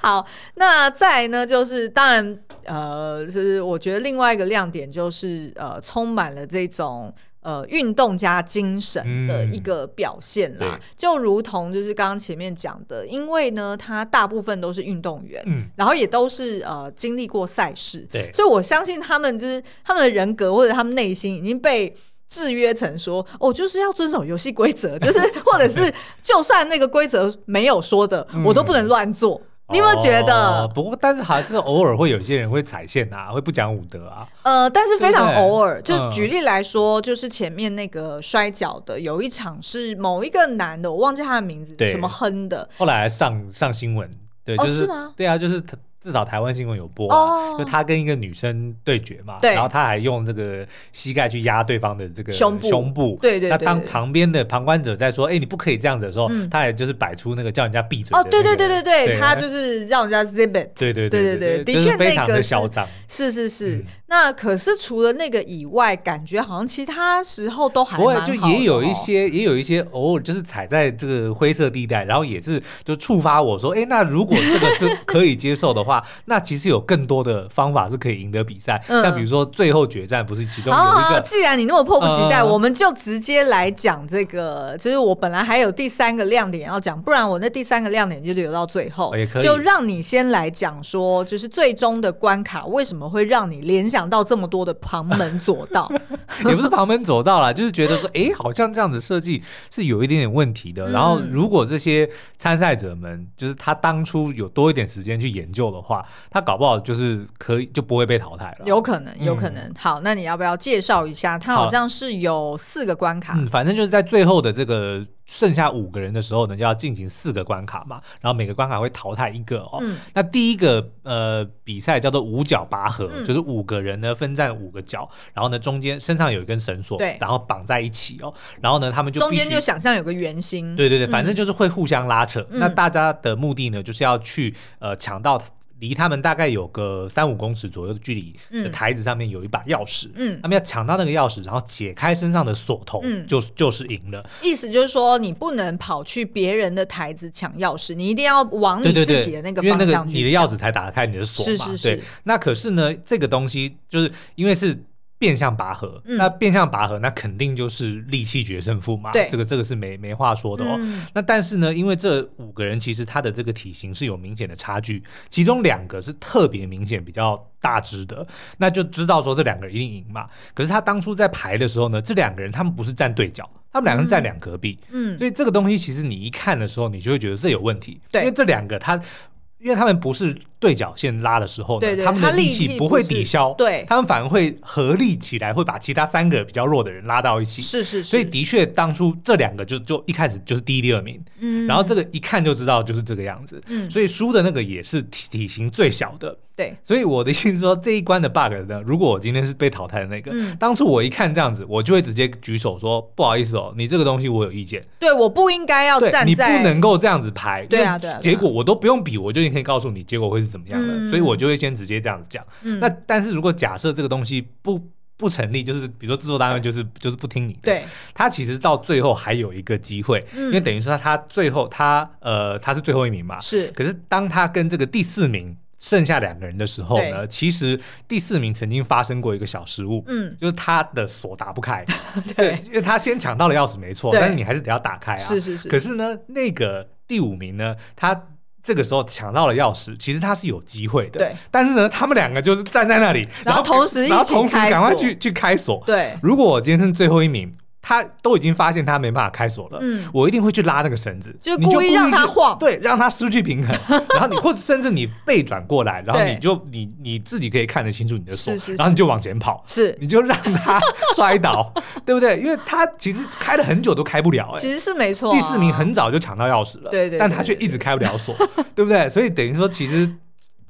[SPEAKER 2] 好，那再来呢，就是当然，呃，就是我觉得另外一个亮点就是，呃，充满了这种。呃，运动加精神的一个表现啦，
[SPEAKER 1] 对
[SPEAKER 2] 就如同就是刚刚前面讲的，因为呢，他大部分都是运动员，
[SPEAKER 1] 嗯，
[SPEAKER 2] 然后也都是呃经历过赛事，
[SPEAKER 1] 对
[SPEAKER 2] 所以我相信他们就是他们的人格或者他们内心已经被。制约成说哦，就是要遵守游戏规则，就是或者是就算那个规则没有说的，
[SPEAKER 1] 嗯
[SPEAKER 2] 我都不能乱做。你有没有觉得？
[SPEAKER 1] 哦不过，但是还是偶尔会有一些人会踩线啊，会不讲武德啊。
[SPEAKER 2] 呃，但是非常
[SPEAKER 1] 对不对
[SPEAKER 2] 偶尔。就
[SPEAKER 1] 嗯
[SPEAKER 2] 举例来说，就是前面那个摔跤的，有一场是某一个男的，我忘记他的名字，
[SPEAKER 1] 对
[SPEAKER 2] 什么亨的，
[SPEAKER 1] 后来还上上新闻，对，
[SPEAKER 2] 哦
[SPEAKER 1] 就是
[SPEAKER 2] 吗
[SPEAKER 1] 对啊，就是他至少台湾新闻有播啊、
[SPEAKER 2] 哦
[SPEAKER 1] 就他跟一个女生对决嘛，
[SPEAKER 2] 对
[SPEAKER 1] 然后他还用这个膝盖去压对方的这个
[SPEAKER 2] 胸部
[SPEAKER 1] 胸部，
[SPEAKER 2] 对对对
[SPEAKER 1] 那当
[SPEAKER 2] 对嗯
[SPEAKER 1] 旁边的旁观者在说“哎、你不可以这样子”的时候，他也就是摆出那个叫人家闭嘴的那
[SPEAKER 2] 哦，
[SPEAKER 1] 个、
[SPEAKER 2] 对对对对对，他就是是让人家 zip it，
[SPEAKER 1] 对对对
[SPEAKER 2] 对
[SPEAKER 1] 就
[SPEAKER 2] 对对的确
[SPEAKER 1] 是非常
[SPEAKER 2] 那个
[SPEAKER 1] 的
[SPEAKER 2] 是
[SPEAKER 1] 嚣张，
[SPEAKER 2] 是是是，
[SPEAKER 1] 嗯
[SPEAKER 2] 那可是除了那个以外，感觉好像其他时候都还
[SPEAKER 1] 不会
[SPEAKER 2] 蛮，
[SPEAKER 1] 就
[SPEAKER 2] 好的
[SPEAKER 1] 也有一
[SPEAKER 2] 哦
[SPEAKER 1] 些，也有一些偶尔就是踩在这个灰色地带，然后也是就触发我说，哎，那如果这个是可以接受的
[SPEAKER 2] [laughs]
[SPEAKER 1] 话，那其实有更多的方法是可以赢得比赛。
[SPEAKER 2] 嗯啊
[SPEAKER 1] 像比如说最后决战，不是其中有
[SPEAKER 2] 好
[SPEAKER 1] 一
[SPEAKER 2] 好好，
[SPEAKER 1] 个
[SPEAKER 2] 哦既然你那么迫不及待，
[SPEAKER 1] 呃
[SPEAKER 2] 我们就直接来讲这个。就是我本来还有第三个亮点要讲，不然我那第三个亮点就留到最后
[SPEAKER 1] 哦也可，以
[SPEAKER 2] 就让你先来讲说，就是最终的关卡为什么会让你联想到这么多的旁门左
[SPEAKER 1] [laughs]
[SPEAKER 2] 道？
[SPEAKER 1] 也不是旁门左
[SPEAKER 2] [laughs]
[SPEAKER 1] 道啦，就是觉得说，哎，好像这样子设计是有一点点问题的。然后
[SPEAKER 2] 嗯
[SPEAKER 1] 如果这些参赛者们就是他当初有多一点时间去研究的话，他搞不好就是可以就不会被淘汰了。
[SPEAKER 2] 有可能，有可能。好，那你要不要介绍一下？它
[SPEAKER 1] 嗯
[SPEAKER 2] 好
[SPEAKER 1] 好
[SPEAKER 2] 像是有四个关卡，
[SPEAKER 1] 嗯，反正就是在最后的这个剩下五个人的时候呢，就要进行四个关卡嘛，然后每个关卡会淘汰一个哦。
[SPEAKER 2] 嗯
[SPEAKER 1] 那第一个呃比赛叫做五角拔河，
[SPEAKER 2] 嗯
[SPEAKER 1] 就是五个人呢分占五个角，然后呢中间身上有一根绳索，
[SPEAKER 2] 对
[SPEAKER 1] 然后绑在一起哦，然后呢他们就
[SPEAKER 2] 中
[SPEAKER 1] 必
[SPEAKER 2] 间
[SPEAKER 1] 须
[SPEAKER 2] 就想象有个圆心，
[SPEAKER 1] 对对对，反正就是会互相拉扯。
[SPEAKER 2] 嗯
[SPEAKER 1] 那大家的目的呢，就是要去呃抢到离他们大概有个三五公尺左右的距离的
[SPEAKER 2] 嗯
[SPEAKER 1] 台子上面有一把钥匙，
[SPEAKER 2] 嗯
[SPEAKER 1] 他们要抢到那个钥匙，然后解开身上的锁头，
[SPEAKER 2] 嗯
[SPEAKER 1] 就是就是赢了。
[SPEAKER 2] 意思就是说，你不能跑去别人的台子抢钥匙，你一定要往你
[SPEAKER 1] 对对
[SPEAKER 2] 自
[SPEAKER 1] 对，
[SPEAKER 2] 己的那个
[SPEAKER 1] 因为
[SPEAKER 2] 方
[SPEAKER 1] 那个
[SPEAKER 2] 向
[SPEAKER 1] 你
[SPEAKER 2] 去
[SPEAKER 1] 的
[SPEAKER 2] 抢。
[SPEAKER 1] 钥匙才打开你的锁
[SPEAKER 2] 是
[SPEAKER 1] 嘛。
[SPEAKER 2] 是是
[SPEAKER 1] 对，那可是呢，这个东西就是因为是。变相拔河，
[SPEAKER 2] 嗯
[SPEAKER 1] 那变相拔河，那肯定就是力气决胜负嘛。
[SPEAKER 2] 对
[SPEAKER 1] 这个这个是没没话说的哦。
[SPEAKER 2] 嗯
[SPEAKER 1] 那但是呢，因为这五个人其实他的这个体型是有明显的差距，其中两个是特别明显比较大只的，那就知道说这两个人一定赢嘛。可是他当初在排的时候呢，这两个人他们不是站对角，他们两个人站两隔壁，
[SPEAKER 2] 嗯，
[SPEAKER 1] 所以这个东西其实你一看的时候，你就会觉得这有问题，
[SPEAKER 2] 对
[SPEAKER 1] 因为这两个他。因为他们不是对角线拉的时候呢，
[SPEAKER 2] 对对
[SPEAKER 1] 他们
[SPEAKER 2] 他
[SPEAKER 1] 的
[SPEAKER 2] 力
[SPEAKER 1] 力
[SPEAKER 2] 气
[SPEAKER 1] 气不
[SPEAKER 2] 不
[SPEAKER 1] 会
[SPEAKER 2] 是
[SPEAKER 1] 抵消，
[SPEAKER 2] 对
[SPEAKER 1] 他们反而会合力起来，会把其他三个比较弱的人拉到一起。
[SPEAKER 2] 是是是，
[SPEAKER 1] 所以的确，当初这两个就就一开始就是第一、第二名，
[SPEAKER 2] 嗯，
[SPEAKER 1] 然后这个一看就知道就是这个样子，
[SPEAKER 2] 嗯
[SPEAKER 1] 所以输的那个也是体体型最小的。
[SPEAKER 2] 对，
[SPEAKER 1] 所以我的意思是说，这一关的 bug 呢，如果我今天是被淘汰的那个，
[SPEAKER 2] 嗯
[SPEAKER 1] 当初我一看这样子，我就会直接举手说不好意思哦，你这个东西我有意见，
[SPEAKER 2] 对，我不应该要
[SPEAKER 1] 对
[SPEAKER 2] 哦站
[SPEAKER 1] 你不
[SPEAKER 2] 在
[SPEAKER 1] 能够这样子排，
[SPEAKER 2] 对啊
[SPEAKER 1] 因为
[SPEAKER 2] 对啊对啊
[SPEAKER 1] 结果我都不用比，我就已经可以告诉你结果会是怎么样了，
[SPEAKER 2] 嗯
[SPEAKER 1] 所以我就会先直接这样子讲。
[SPEAKER 2] 嗯
[SPEAKER 1] 那但是如果假设这个东西不不成立，就是比如说制作单位就是就是不听你的，
[SPEAKER 2] 对，
[SPEAKER 1] 他其实到最后还有一个机会，
[SPEAKER 2] 嗯
[SPEAKER 1] 因为等于说他最后他呃他是最后一名嘛，
[SPEAKER 2] 是
[SPEAKER 1] 可是当他跟这个第四名剩下两个人的时候呢，其实第四名曾经发生过一个小失误。
[SPEAKER 2] 嗯
[SPEAKER 1] 就是他的锁打不
[SPEAKER 2] [laughs]
[SPEAKER 1] 开，
[SPEAKER 2] 对，
[SPEAKER 1] 因为他先抢到了钥匙没错，
[SPEAKER 2] 对
[SPEAKER 1] 哎但是你还是得要打开啊。
[SPEAKER 2] 是是是
[SPEAKER 1] 可是呢，那个第五名呢，他这个时候抢到了钥匙，其实他是有机会的。
[SPEAKER 2] 对，
[SPEAKER 1] 但是呢，他们两个就是站在那里，
[SPEAKER 2] 然后同时一起
[SPEAKER 1] 然后同时
[SPEAKER 2] 开锁
[SPEAKER 1] 赶快去去开锁。
[SPEAKER 2] 对，
[SPEAKER 1] 如果我今天是最后一名，他都已经发现他没办法开锁了，
[SPEAKER 2] 嗯
[SPEAKER 1] 我一定会去拉那个绳子，
[SPEAKER 2] 就是
[SPEAKER 1] 你就
[SPEAKER 2] 故意让
[SPEAKER 1] 去
[SPEAKER 2] 他晃
[SPEAKER 1] 对，让他失去平
[SPEAKER 2] [laughs]
[SPEAKER 1] 衡，然后你或者甚至你背转过来，然后
[SPEAKER 2] 对
[SPEAKER 1] 你就你你自己可以看得清楚你的锁，
[SPEAKER 2] 是是是
[SPEAKER 1] 然后你就往前跑。
[SPEAKER 2] 是
[SPEAKER 1] 你就让他 [laughs] 摔倒，对不对？因为他其实开了很久都开不了、
[SPEAKER 2] 其
[SPEAKER 1] 哎，
[SPEAKER 2] 实是没错啊、
[SPEAKER 1] 第四名很早就抢到钥匙了，
[SPEAKER 2] 对对对
[SPEAKER 1] 但他却一直开不了锁， [laughs] 对不对？所以等于说，其实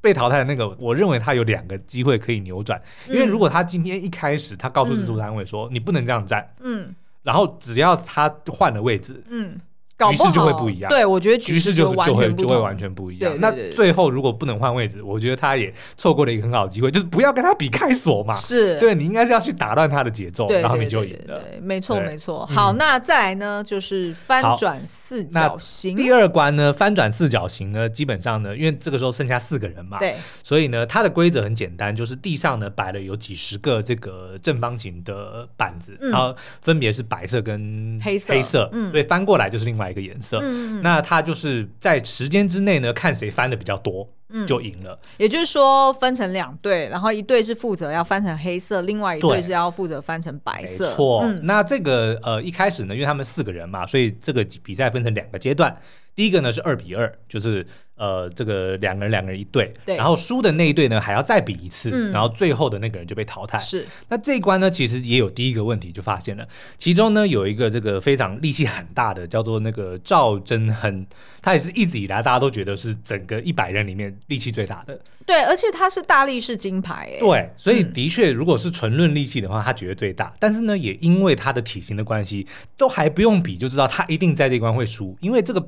[SPEAKER 1] 被淘汰的那个，我认为他有两个机会可以扭转，因为
[SPEAKER 2] 嗯
[SPEAKER 1] 如果他今天一开始他告诉制作单位说、你不能这样站，
[SPEAKER 2] 嗯
[SPEAKER 1] 然后只要他换了位置，
[SPEAKER 2] 嗯，搞不好
[SPEAKER 1] 局势就会不一样
[SPEAKER 2] 对，我觉得
[SPEAKER 1] 局势
[SPEAKER 2] 就
[SPEAKER 1] 就
[SPEAKER 2] 完
[SPEAKER 1] 就会
[SPEAKER 2] 全不
[SPEAKER 1] 就会
[SPEAKER 2] 同
[SPEAKER 1] 完全不一样。
[SPEAKER 2] 对对对对
[SPEAKER 1] 那最后如果不能换位置，我觉得他也错过了一个很好的机会，就是不要跟他比开锁嘛。
[SPEAKER 2] 是。
[SPEAKER 1] 啊对你应该是要去打乱他的节奏，
[SPEAKER 2] 对，
[SPEAKER 1] 然后
[SPEAKER 2] 对
[SPEAKER 1] 你就
[SPEAKER 2] 对
[SPEAKER 1] 赢
[SPEAKER 2] 对
[SPEAKER 1] 了。
[SPEAKER 2] 对没错
[SPEAKER 1] 对嗯
[SPEAKER 2] 没错。好，那再来呢，就是翻
[SPEAKER 1] 好
[SPEAKER 2] 转四
[SPEAKER 1] 那
[SPEAKER 2] 角形。
[SPEAKER 1] 第二关呢，翻转四角形呢，基本上呢，因为这个时候剩下四个人嘛，
[SPEAKER 2] 对，
[SPEAKER 1] 所以呢，它的规则很简单，就是地上呢摆了有几十个这个正方形的板子，
[SPEAKER 2] 嗯
[SPEAKER 1] 然后分别是白色跟
[SPEAKER 2] 黑色
[SPEAKER 1] 黑色，
[SPEAKER 2] 嗯
[SPEAKER 1] 所以翻过来就是另外一个颜色。
[SPEAKER 2] 嗯，
[SPEAKER 1] 那它就是在时间之内呢，看谁翻的比较多，
[SPEAKER 2] 嗯
[SPEAKER 1] 就赢了。
[SPEAKER 2] 也就是说分成两队，然后一队是负责要翻成黑色，另外一队
[SPEAKER 1] 对
[SPEAKER 2] 是要负责翻成白
[SPEAKER 1] 没
[SPEAKER 2] 色。
[SPEAKER 1] 错，
[SPEAKER 2] 嗯
[SPEAKER 1] 那这个呃一开始呢，因为他们四个人嘛，所以这个比赛分成两个阶段。第一个呢是二比二，就是呃这个两个人两个人一队，
[SPEAKER 2] 对
[SPEAKER 1] 然后输的那一队呢还要再比一次，
[SPEAKER 2] 嗯
[SPEAKER 1] 然后最后的那个人就被淘汰。
[SPEAKER 2] 是，
[SPEAKER 1] 那这一关呢，其实也有第一个问题就发现了，其中呢有一个这个非常力气很大的叫做那个赵真亨，他也是一直以来大家都觉得是整个一百人里面力气最大的，
[SPEAKER 2] 对，而且它是大力士金牌、欸，
[SPEAKER 1] 对，所以
[SPEAKER 2] 嗯
[SPEAKER 1] 的确，如果是纯论力气的话，他绝对最大。但是呢，也因为他的体型的关系，都还不用比就知道他一定在这一关会输，因为这个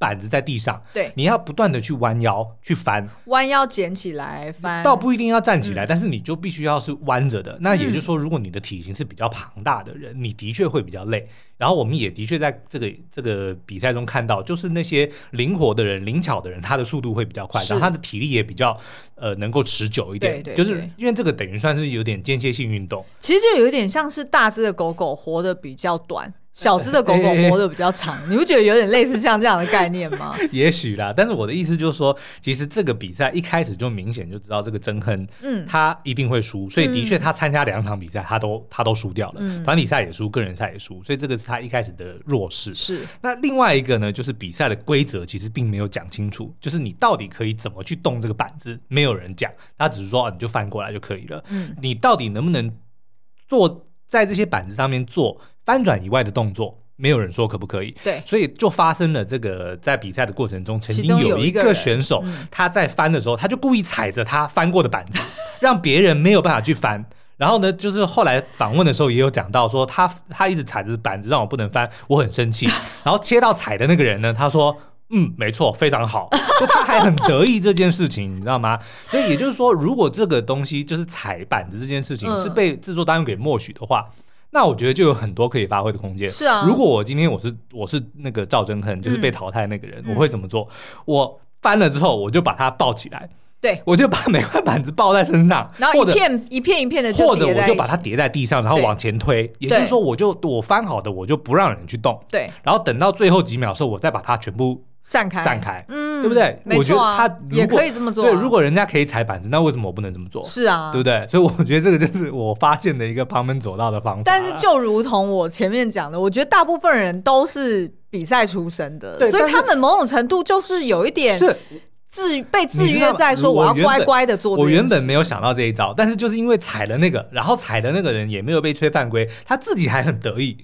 [SPEAKER 1] 板子在地上，
[SPEAKER 2] 对，
[SPEAKER 1] 你要不断的去弯腰去翻，
[SPEAKER 2] 弯腰捡起来翻，
[SPEAKER 1] 倒不一定要站起来，
[SPEAKER 2] 嗯
[SPEAKER 1] 但是你就必须要是弯着的。那也就是说，如果你的体型是比较庞大的人，你的确会比较累。然后我们也的确在这个这个比赛中看到，就是那些灵活的人、灵巧的人，他的速度会比较快，
[SPEAKER 2] 是
[SPEAKER 1] 然后他的体力也比较呃能够持久一点。
[SPEAKER 2] 对
[SPEAKER 1] 就
[SPEAKER 2] 对
[SPEAKER 1] 是
[SPEAKER 2] 对
[SPEAKER 1] 因为这个等于算是有点间歇性运动，
[SPEAKER 2] 其实就有点像是大只的狗狗活得比较短，小只的狗狗活得比
[SPEAKER 1] [laughs]
[SPEAKER 2] 较长，你不觉得有点类似像这样的概念吗？
[SPEAKER 1] 也许啦。但是我的意思就是说，其实这个比赛一开始就明显就知道这个真亨
[SPEAKER 2] 嗯，
[SPEAKER 1] 他一定会输，所以的确他参加两场比赛，他都他都输掉了，
[SPEAKER 2] 嗯
[SPEAKER 1] 团体赛也输，个人赛也输，所以这个是他一开始的弱势。
[SPEAKER 2] 是，
[SPEAKER 1] 那另外一个呢，就是比赛的规则其实并没有讲清楚，就是你到底可以怎么去动这个板子，没有人讲，他只是说、啊、你就翻过来就可以了。
[SPEAKER 2] 嗯，
[SPEAKER 1] 你到底能不能做在这些板子上面做翻转以外的动作，没有人说可不可以。
[SPEAKER 2] 对，
[SPEAKER 1] 所以就发生了这个，在比赛的过程中，曾
[SPEAKER 2] 其
[SPEAKER 1] 经
[SPEAKER 2] 中有
[SPEAKER 1] 有
[SPEAKER 2] 一
[SPEAKER 1] 一
[SPEAKER 2] 个
[SPEAKER 1] 个
[SPEAKER 2] 人嗯
[SPEAKER 1] 选手，他在翻的时候，他就故意踩着他翻过的板子，让别人没有办法去翻。然后呢，就是后来访问的时候也有讲到说，他他一直踩着板子让我不能翻，我很生气。
[SPEAKER 2] [laughs]
[SPEAKER 1] 然后切到踩的那个人呢，他说。嗯，没错，非常好，就他还很得意这件事情，你知道吗？所以也就是说，如果这个东西就是踩板子这件事情
[SPEAKER 2] 嗯
[SPEAKER 1] 是被制作单位给默许的话，那我觉得就有很多可以发挥的空间。
[SPEAKER 2] 是啊嗯
[SPEAKER 1] 如果我今天我是我是那个赵真亨，就是被淘汰那个人，我会怎么做？我翻了之后，我就把它抱起来， [laughs]
[SPEAKER 2] 对。
[SPEAKER 1] 我就把每块板子抱在身上，
[SPEAKER 2] 然后
[SPEAKER 1] 或
[SPEAKER 2] 一
[SPEAKER 1] 者
[SPEAKER 2] 片一片一片的
[SPEAKER 1] 或者
[SPEAKER 2] 叠
[SPEAKER 1] 我
[SPEAKER 2] 在
[SPEAKER 1] 就
[SPEAKER 2] 一
[SPEAKER 1] 把它
[SPEAKER 2] 起
[SPEAKER 1] 叠在地上，然后
[SPEAKER 2] 对
[SPEAKER 1] 往前推。也就是说，我就我翻好的，我就不让人去动，
[SPEAKER 2] 对
[SPEAKER 1] 然后等到最后几秒的时候，我再把它全部
[SPEAKER 2] 散开，
[SPEAKER 1] 散开。
[SPEAKER 2] 嗯，
[SPEAKER 1] 对不对
[SPEAKER 2] 没
[SPEAKER 1] 我觉
[SPEAKER 2] 错
[SPEAKER 1] 得
[SPEAKER 2] 啊，
[SPEAKER 1] 他如
[SPEAKER 2] 也
[SPEAKER 1] 果
[SPEAKER 2] 可以这么做啊、
[SPEAKER 1] 对，如果人家可以踩板子，那为什么我不能这么做？
[SPEAKER 2] 是啊，
[SPEAKER 1] 对不对？所以我觉得这个就是我发现的一个旁门左道的方法。
[SPEAKER 2] 但是就如同我前面讲的，我觉得大部分人都是比赛出身的，
[SPEAKER 1] 对
[SPEAKER 2] 所以
[SPEAKER 1] 但是
[SPEAKER 2] 他们某种程度就是有一点
[SPEAKER 1] 是
[SPEAKER 2] 制被制
[SPEAKER 1] 你知道
[SPEAKER 2] 约
[SPEAKER 1] 吗
[SPEAKER 2] 在说
[SPEAKER 1] 我
[SPEAKER 2] 要
[SPEAKER 1] 原
[SPEAKER 2] 乖
[SPEAKER 1] 本
[SPEAKER 2] 乖的做这
[SPEAKER 1] 我
[SPEAKER 2] 件
[SPEAKER 1] 原本
[SPEAKER 2] 事
[SPEAKER 1] 没有想到这一招，但是就是因为踩了那个，然后踩的那个人也没有被吹犯规，他自己还很得
[SPEAKER 2] [laughs]
[SPEAKER 1] 意，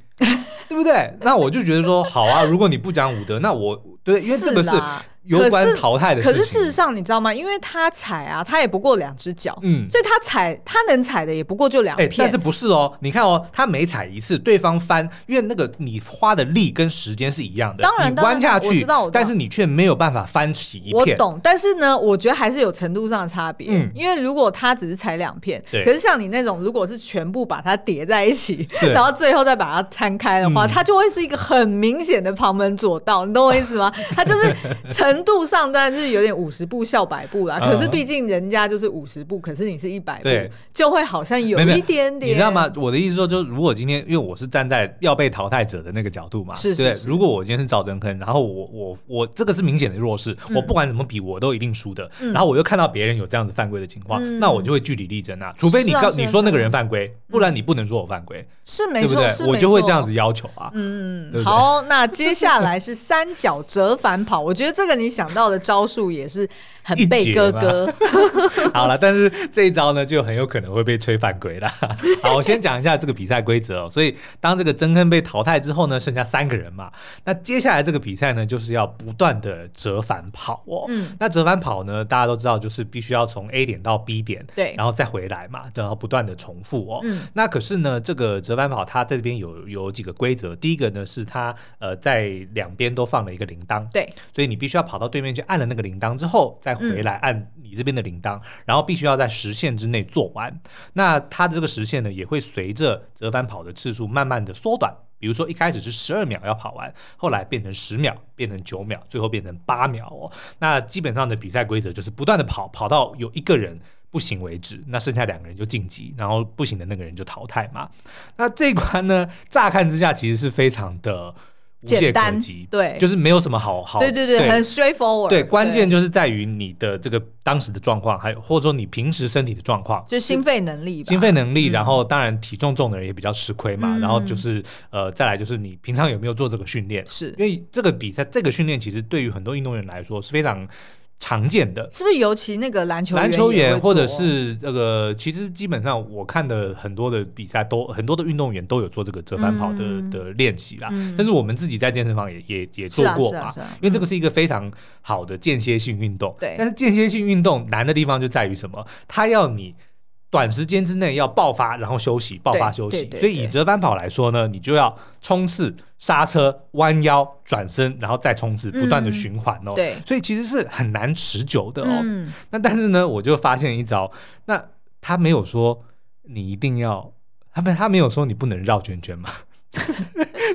[SPEAKER 1] 对不对？那我就觉得说，好啊，如果你不讲武德，那我对，因为这个是
[SPEAKER 2] 啦
[SPEAKER 1] 有
[SPEAKER 2] 可
[SPEAKER 1] 关
[SPEAKER 2] 是
[SPEAKER 1] 淘汰的
[SPEAKER 2] 可
[SPEAKER 1] 事
[SPEAKER 2] 是
[SPEAKER 1] 情。
[SPEAKER 2] 事实上，你知道吗？因为他踩啊，他也不过两只脚，
[SPEAKER 1] 嗯
[SPEAKER 2] 所以他踩他能踩的也不过就两
[SPEAKER 1] 哎、
[SPEAKER 2] 片。
[SPEAKER 1] 但是不是哦？你看哦，他每踩一次，对方翻，因为那个你花的力跟时间是一样的，
[SPEAKER 2] 当然
[SPEAKER 1] 你
[SPEAKER 2] 当然
[SPEAKER 1] 弯下
[SPEAKER 2] 我知
[SPEAKER 1] 去
[SPEAKER 2] 道我知道，
[SPEAKER 1] 但是你却没有办法翻起一
[SPEAKER 2] 我
[SPEAKER 1] 片。
[SPEAKER 2] 懂，但是呢，我觉得还是有程度上的差别。
[SPEAKER 1] 嗯
[SPEAKER 2] 因为如果他只是踩两片，
[SPEAKER 1] 对
[SPEAKER 2] 可是像你那种，如果是全部把它叠在一起，
[SPEAKER 1] 是
[SPEAKER 2] [laughs] 然后最后再把它摊开的话，
[SPEAKER 1] 嗯 [laughs]
[SPEAKER 2] 它就会是一个很明显的旁门左道，你懂我意思吗？它就是程程度上当然是有点五十步笑百步啦，
[SPEAKER 1] 嗯
[SPEAKER 2] 可是毕竟人家就是五十步，可是你是一百步
[SPEAKER 1] 对，
[SPEAKER 2] 就会好像有
[SPEAKER 1] 没有
[SPEAKER 2] 一点点，
[SPEAKER 1] 你知道吗？？我的意思说，就如果今天，因为我是站在要被淘汰者的那个角度嘛，
[SPEAKER 2] 是是
[SPEAKER 1] 对不对
[SPEAKER 2] 是
[SPEAKER 1] 如果我今天是赵真亨，然后我我我这个是明显的弱势，我不管怎么比，我都一定输的。然后我又看到别人有这样的犯规的情况，
[SPEAKER 2] 嗯
[SPEAKER 1] 那我就会据理力争啊。除非你
[SPEAKER 2] 是啊
[SPEAKER 1] 告、
[SPEAKER 2] 是啊
[SPEAKER 1] 你
[SPEAKER 2] 是啊
[SPEAKER 1] 说那个人犯规，不然你不能说我犯规，
[SPEAKER 2] 是没
[SPEAKER 1] 对不
[SPEAKER 2] 错，
[SPEAKER 1] 对
[SPEAKER 2] 是？
[SPEAKER 1] 我
[SPEAKER 2] 没
[SPEAKER 1] 就会
[SPEAKER 2] 错
[SPEAKER 1] 这样。子要求啊。对
[SPEAKER 2] 嗯，
[SPEAKER 1] 不对
[SPEAKER 2] 好，那接下来是三角折返跑， [laughs] 我觉得这个你想到的招数也是很
[SPEAKER 1] 一
[SPEAKER 2] 贝
[SPEAKER 1] 绝
[SPEAKER 2] 哥
[SPEAKER 1] 吗
[SPEAKER 2] 哥，
[SPEAKER 1] [laughs] 好了，但是这一招呢，就很有可能会被吹犯规啦。 [laughs] 好，我先讲一下这个比赛规则哦。所以，当这个曾亨被淘汰之后呢，剩下三个人嘛。那接下来这个比赛呢，就是要不断的折返跑哦。
[SPEAKER 2] 嗯，
[SPEAKER 1] 那折返跑呢，大家都知道，就是必须要从 A 点到 B 点，
[SPEAKER 2] 对
[SPEAKER 1] 然后再回来嘛，然后不断的重复哦。
[SPEAKER 2] 嗯
[SPEAKER 1] 那可是呢，这个折返跑它这边有有几个规则，第一个呢是它呃在两边都放了一个铃铛，
[SPEAKER 2] 对，
[SPEAKER 1] 所以你必须要跑到对面去按了那个铃铛之后，再回来按你这边的铃铛，然后必须要在时限之内做完。那它的这个时限呢，也会随着折返跑的次数慢慢的缩短。比如说一开始是十二秒要跑完，后来变成十秒，变成九秒，最后变成八秒哦。那基本上的比赛规则就是不断的跑，跑到有一个人不行为止，那剩下两个人就晋级，然后不行的那个人就淘汰嘛。那这一关呢，乍看之下其实是非常的无懈
[SPEAKER 2] 简
[SPEAKER 1] 可
[SPEAKER 2] 单
[SPEAKER 1] 击，
[SPEAKER 2] 对
[SPEAKER 1] 就是没有什么好好
[SPEAKER 2] 对对对，很 straightforward，
[SPEAKER 1] 对，关键就是在于你的这个当时的状况，还有或者说你平时身体的状况。
[SPEAKER 2] 就心肺能力吧，
[SPEAKER 1] 心肺能力，然后当然体重重的人也比较吃亏嘛。
[SPEAKER 2] 嗯
[SPEAKER 1] 然后就是呃，再来就是你平常有没有做这个训练？
[SPEAKER 2] 是
[SPEAKER 1] 因为这个比赛，这个训练其实对于很多运动员来说是非常常见的。
[SPEAKER 2] 是不是？尤其那个篮球
[SPEAKER 1] 篮
[SPEAKER 2] 也
[SPEAKER 1] 球
[SPEAKER 2] 会
[SPEAKER 1] 员或者
[SPEAKER 2] 做
[SPEAKER 1] 是这个，其实基本上我看的很多的比赛都很多的运动员都有做这个折返跑的、
[SPEAKER 2] 嗯
[SPEAKER 1] 的练习啦。
[SPEAKER 2] 嗯
[SPEAKER 1] 啊但是我们自己在健身房也也也
[SPEAKER 2] 是
[SPEAKER 1] 做
[SPEAKER 2] 啊
[SPEAKER 1] 过
[SPEAKER 2] 是
[SPEAKER 1] 嘛，
[SPEAKER 2] 啊是啊
[SPEAKER 1] 因为这个是一个非常好的间歇性运动。
[SPEAKER 2] 对
[SPEAKER 1] 但是间歇性运动难的地方就在于什么？它要你。短时间之内要爆发，然后休息，爆发
[SPEAKER 2] 对
[SPEAKER 1] 休
[SPEAKER 2] 对
[SPEAKER 1] 息。
[SPEAKER 2] 对
[SPEAKER 1] 所以以
[SPEAKER 2] 对
[SPEAKER 1] 折返跑来说呢，你就要冲刺、刹车、弯腰、转身，然后再冲刺，不断的
[SPEAKER 2] 嗯
[SPEAKER 1] 循环哦。
[SPEAKER 2] 对
[SPEAKER 1] 所以其实是很难持久的哦。
[SPEAKER 2] 嗯，
[SPEAKER 1] 那但是呢，我就发现一招，那他没有说你一定要，他没他没有说你不能绕圈圈嘛。 [laughs]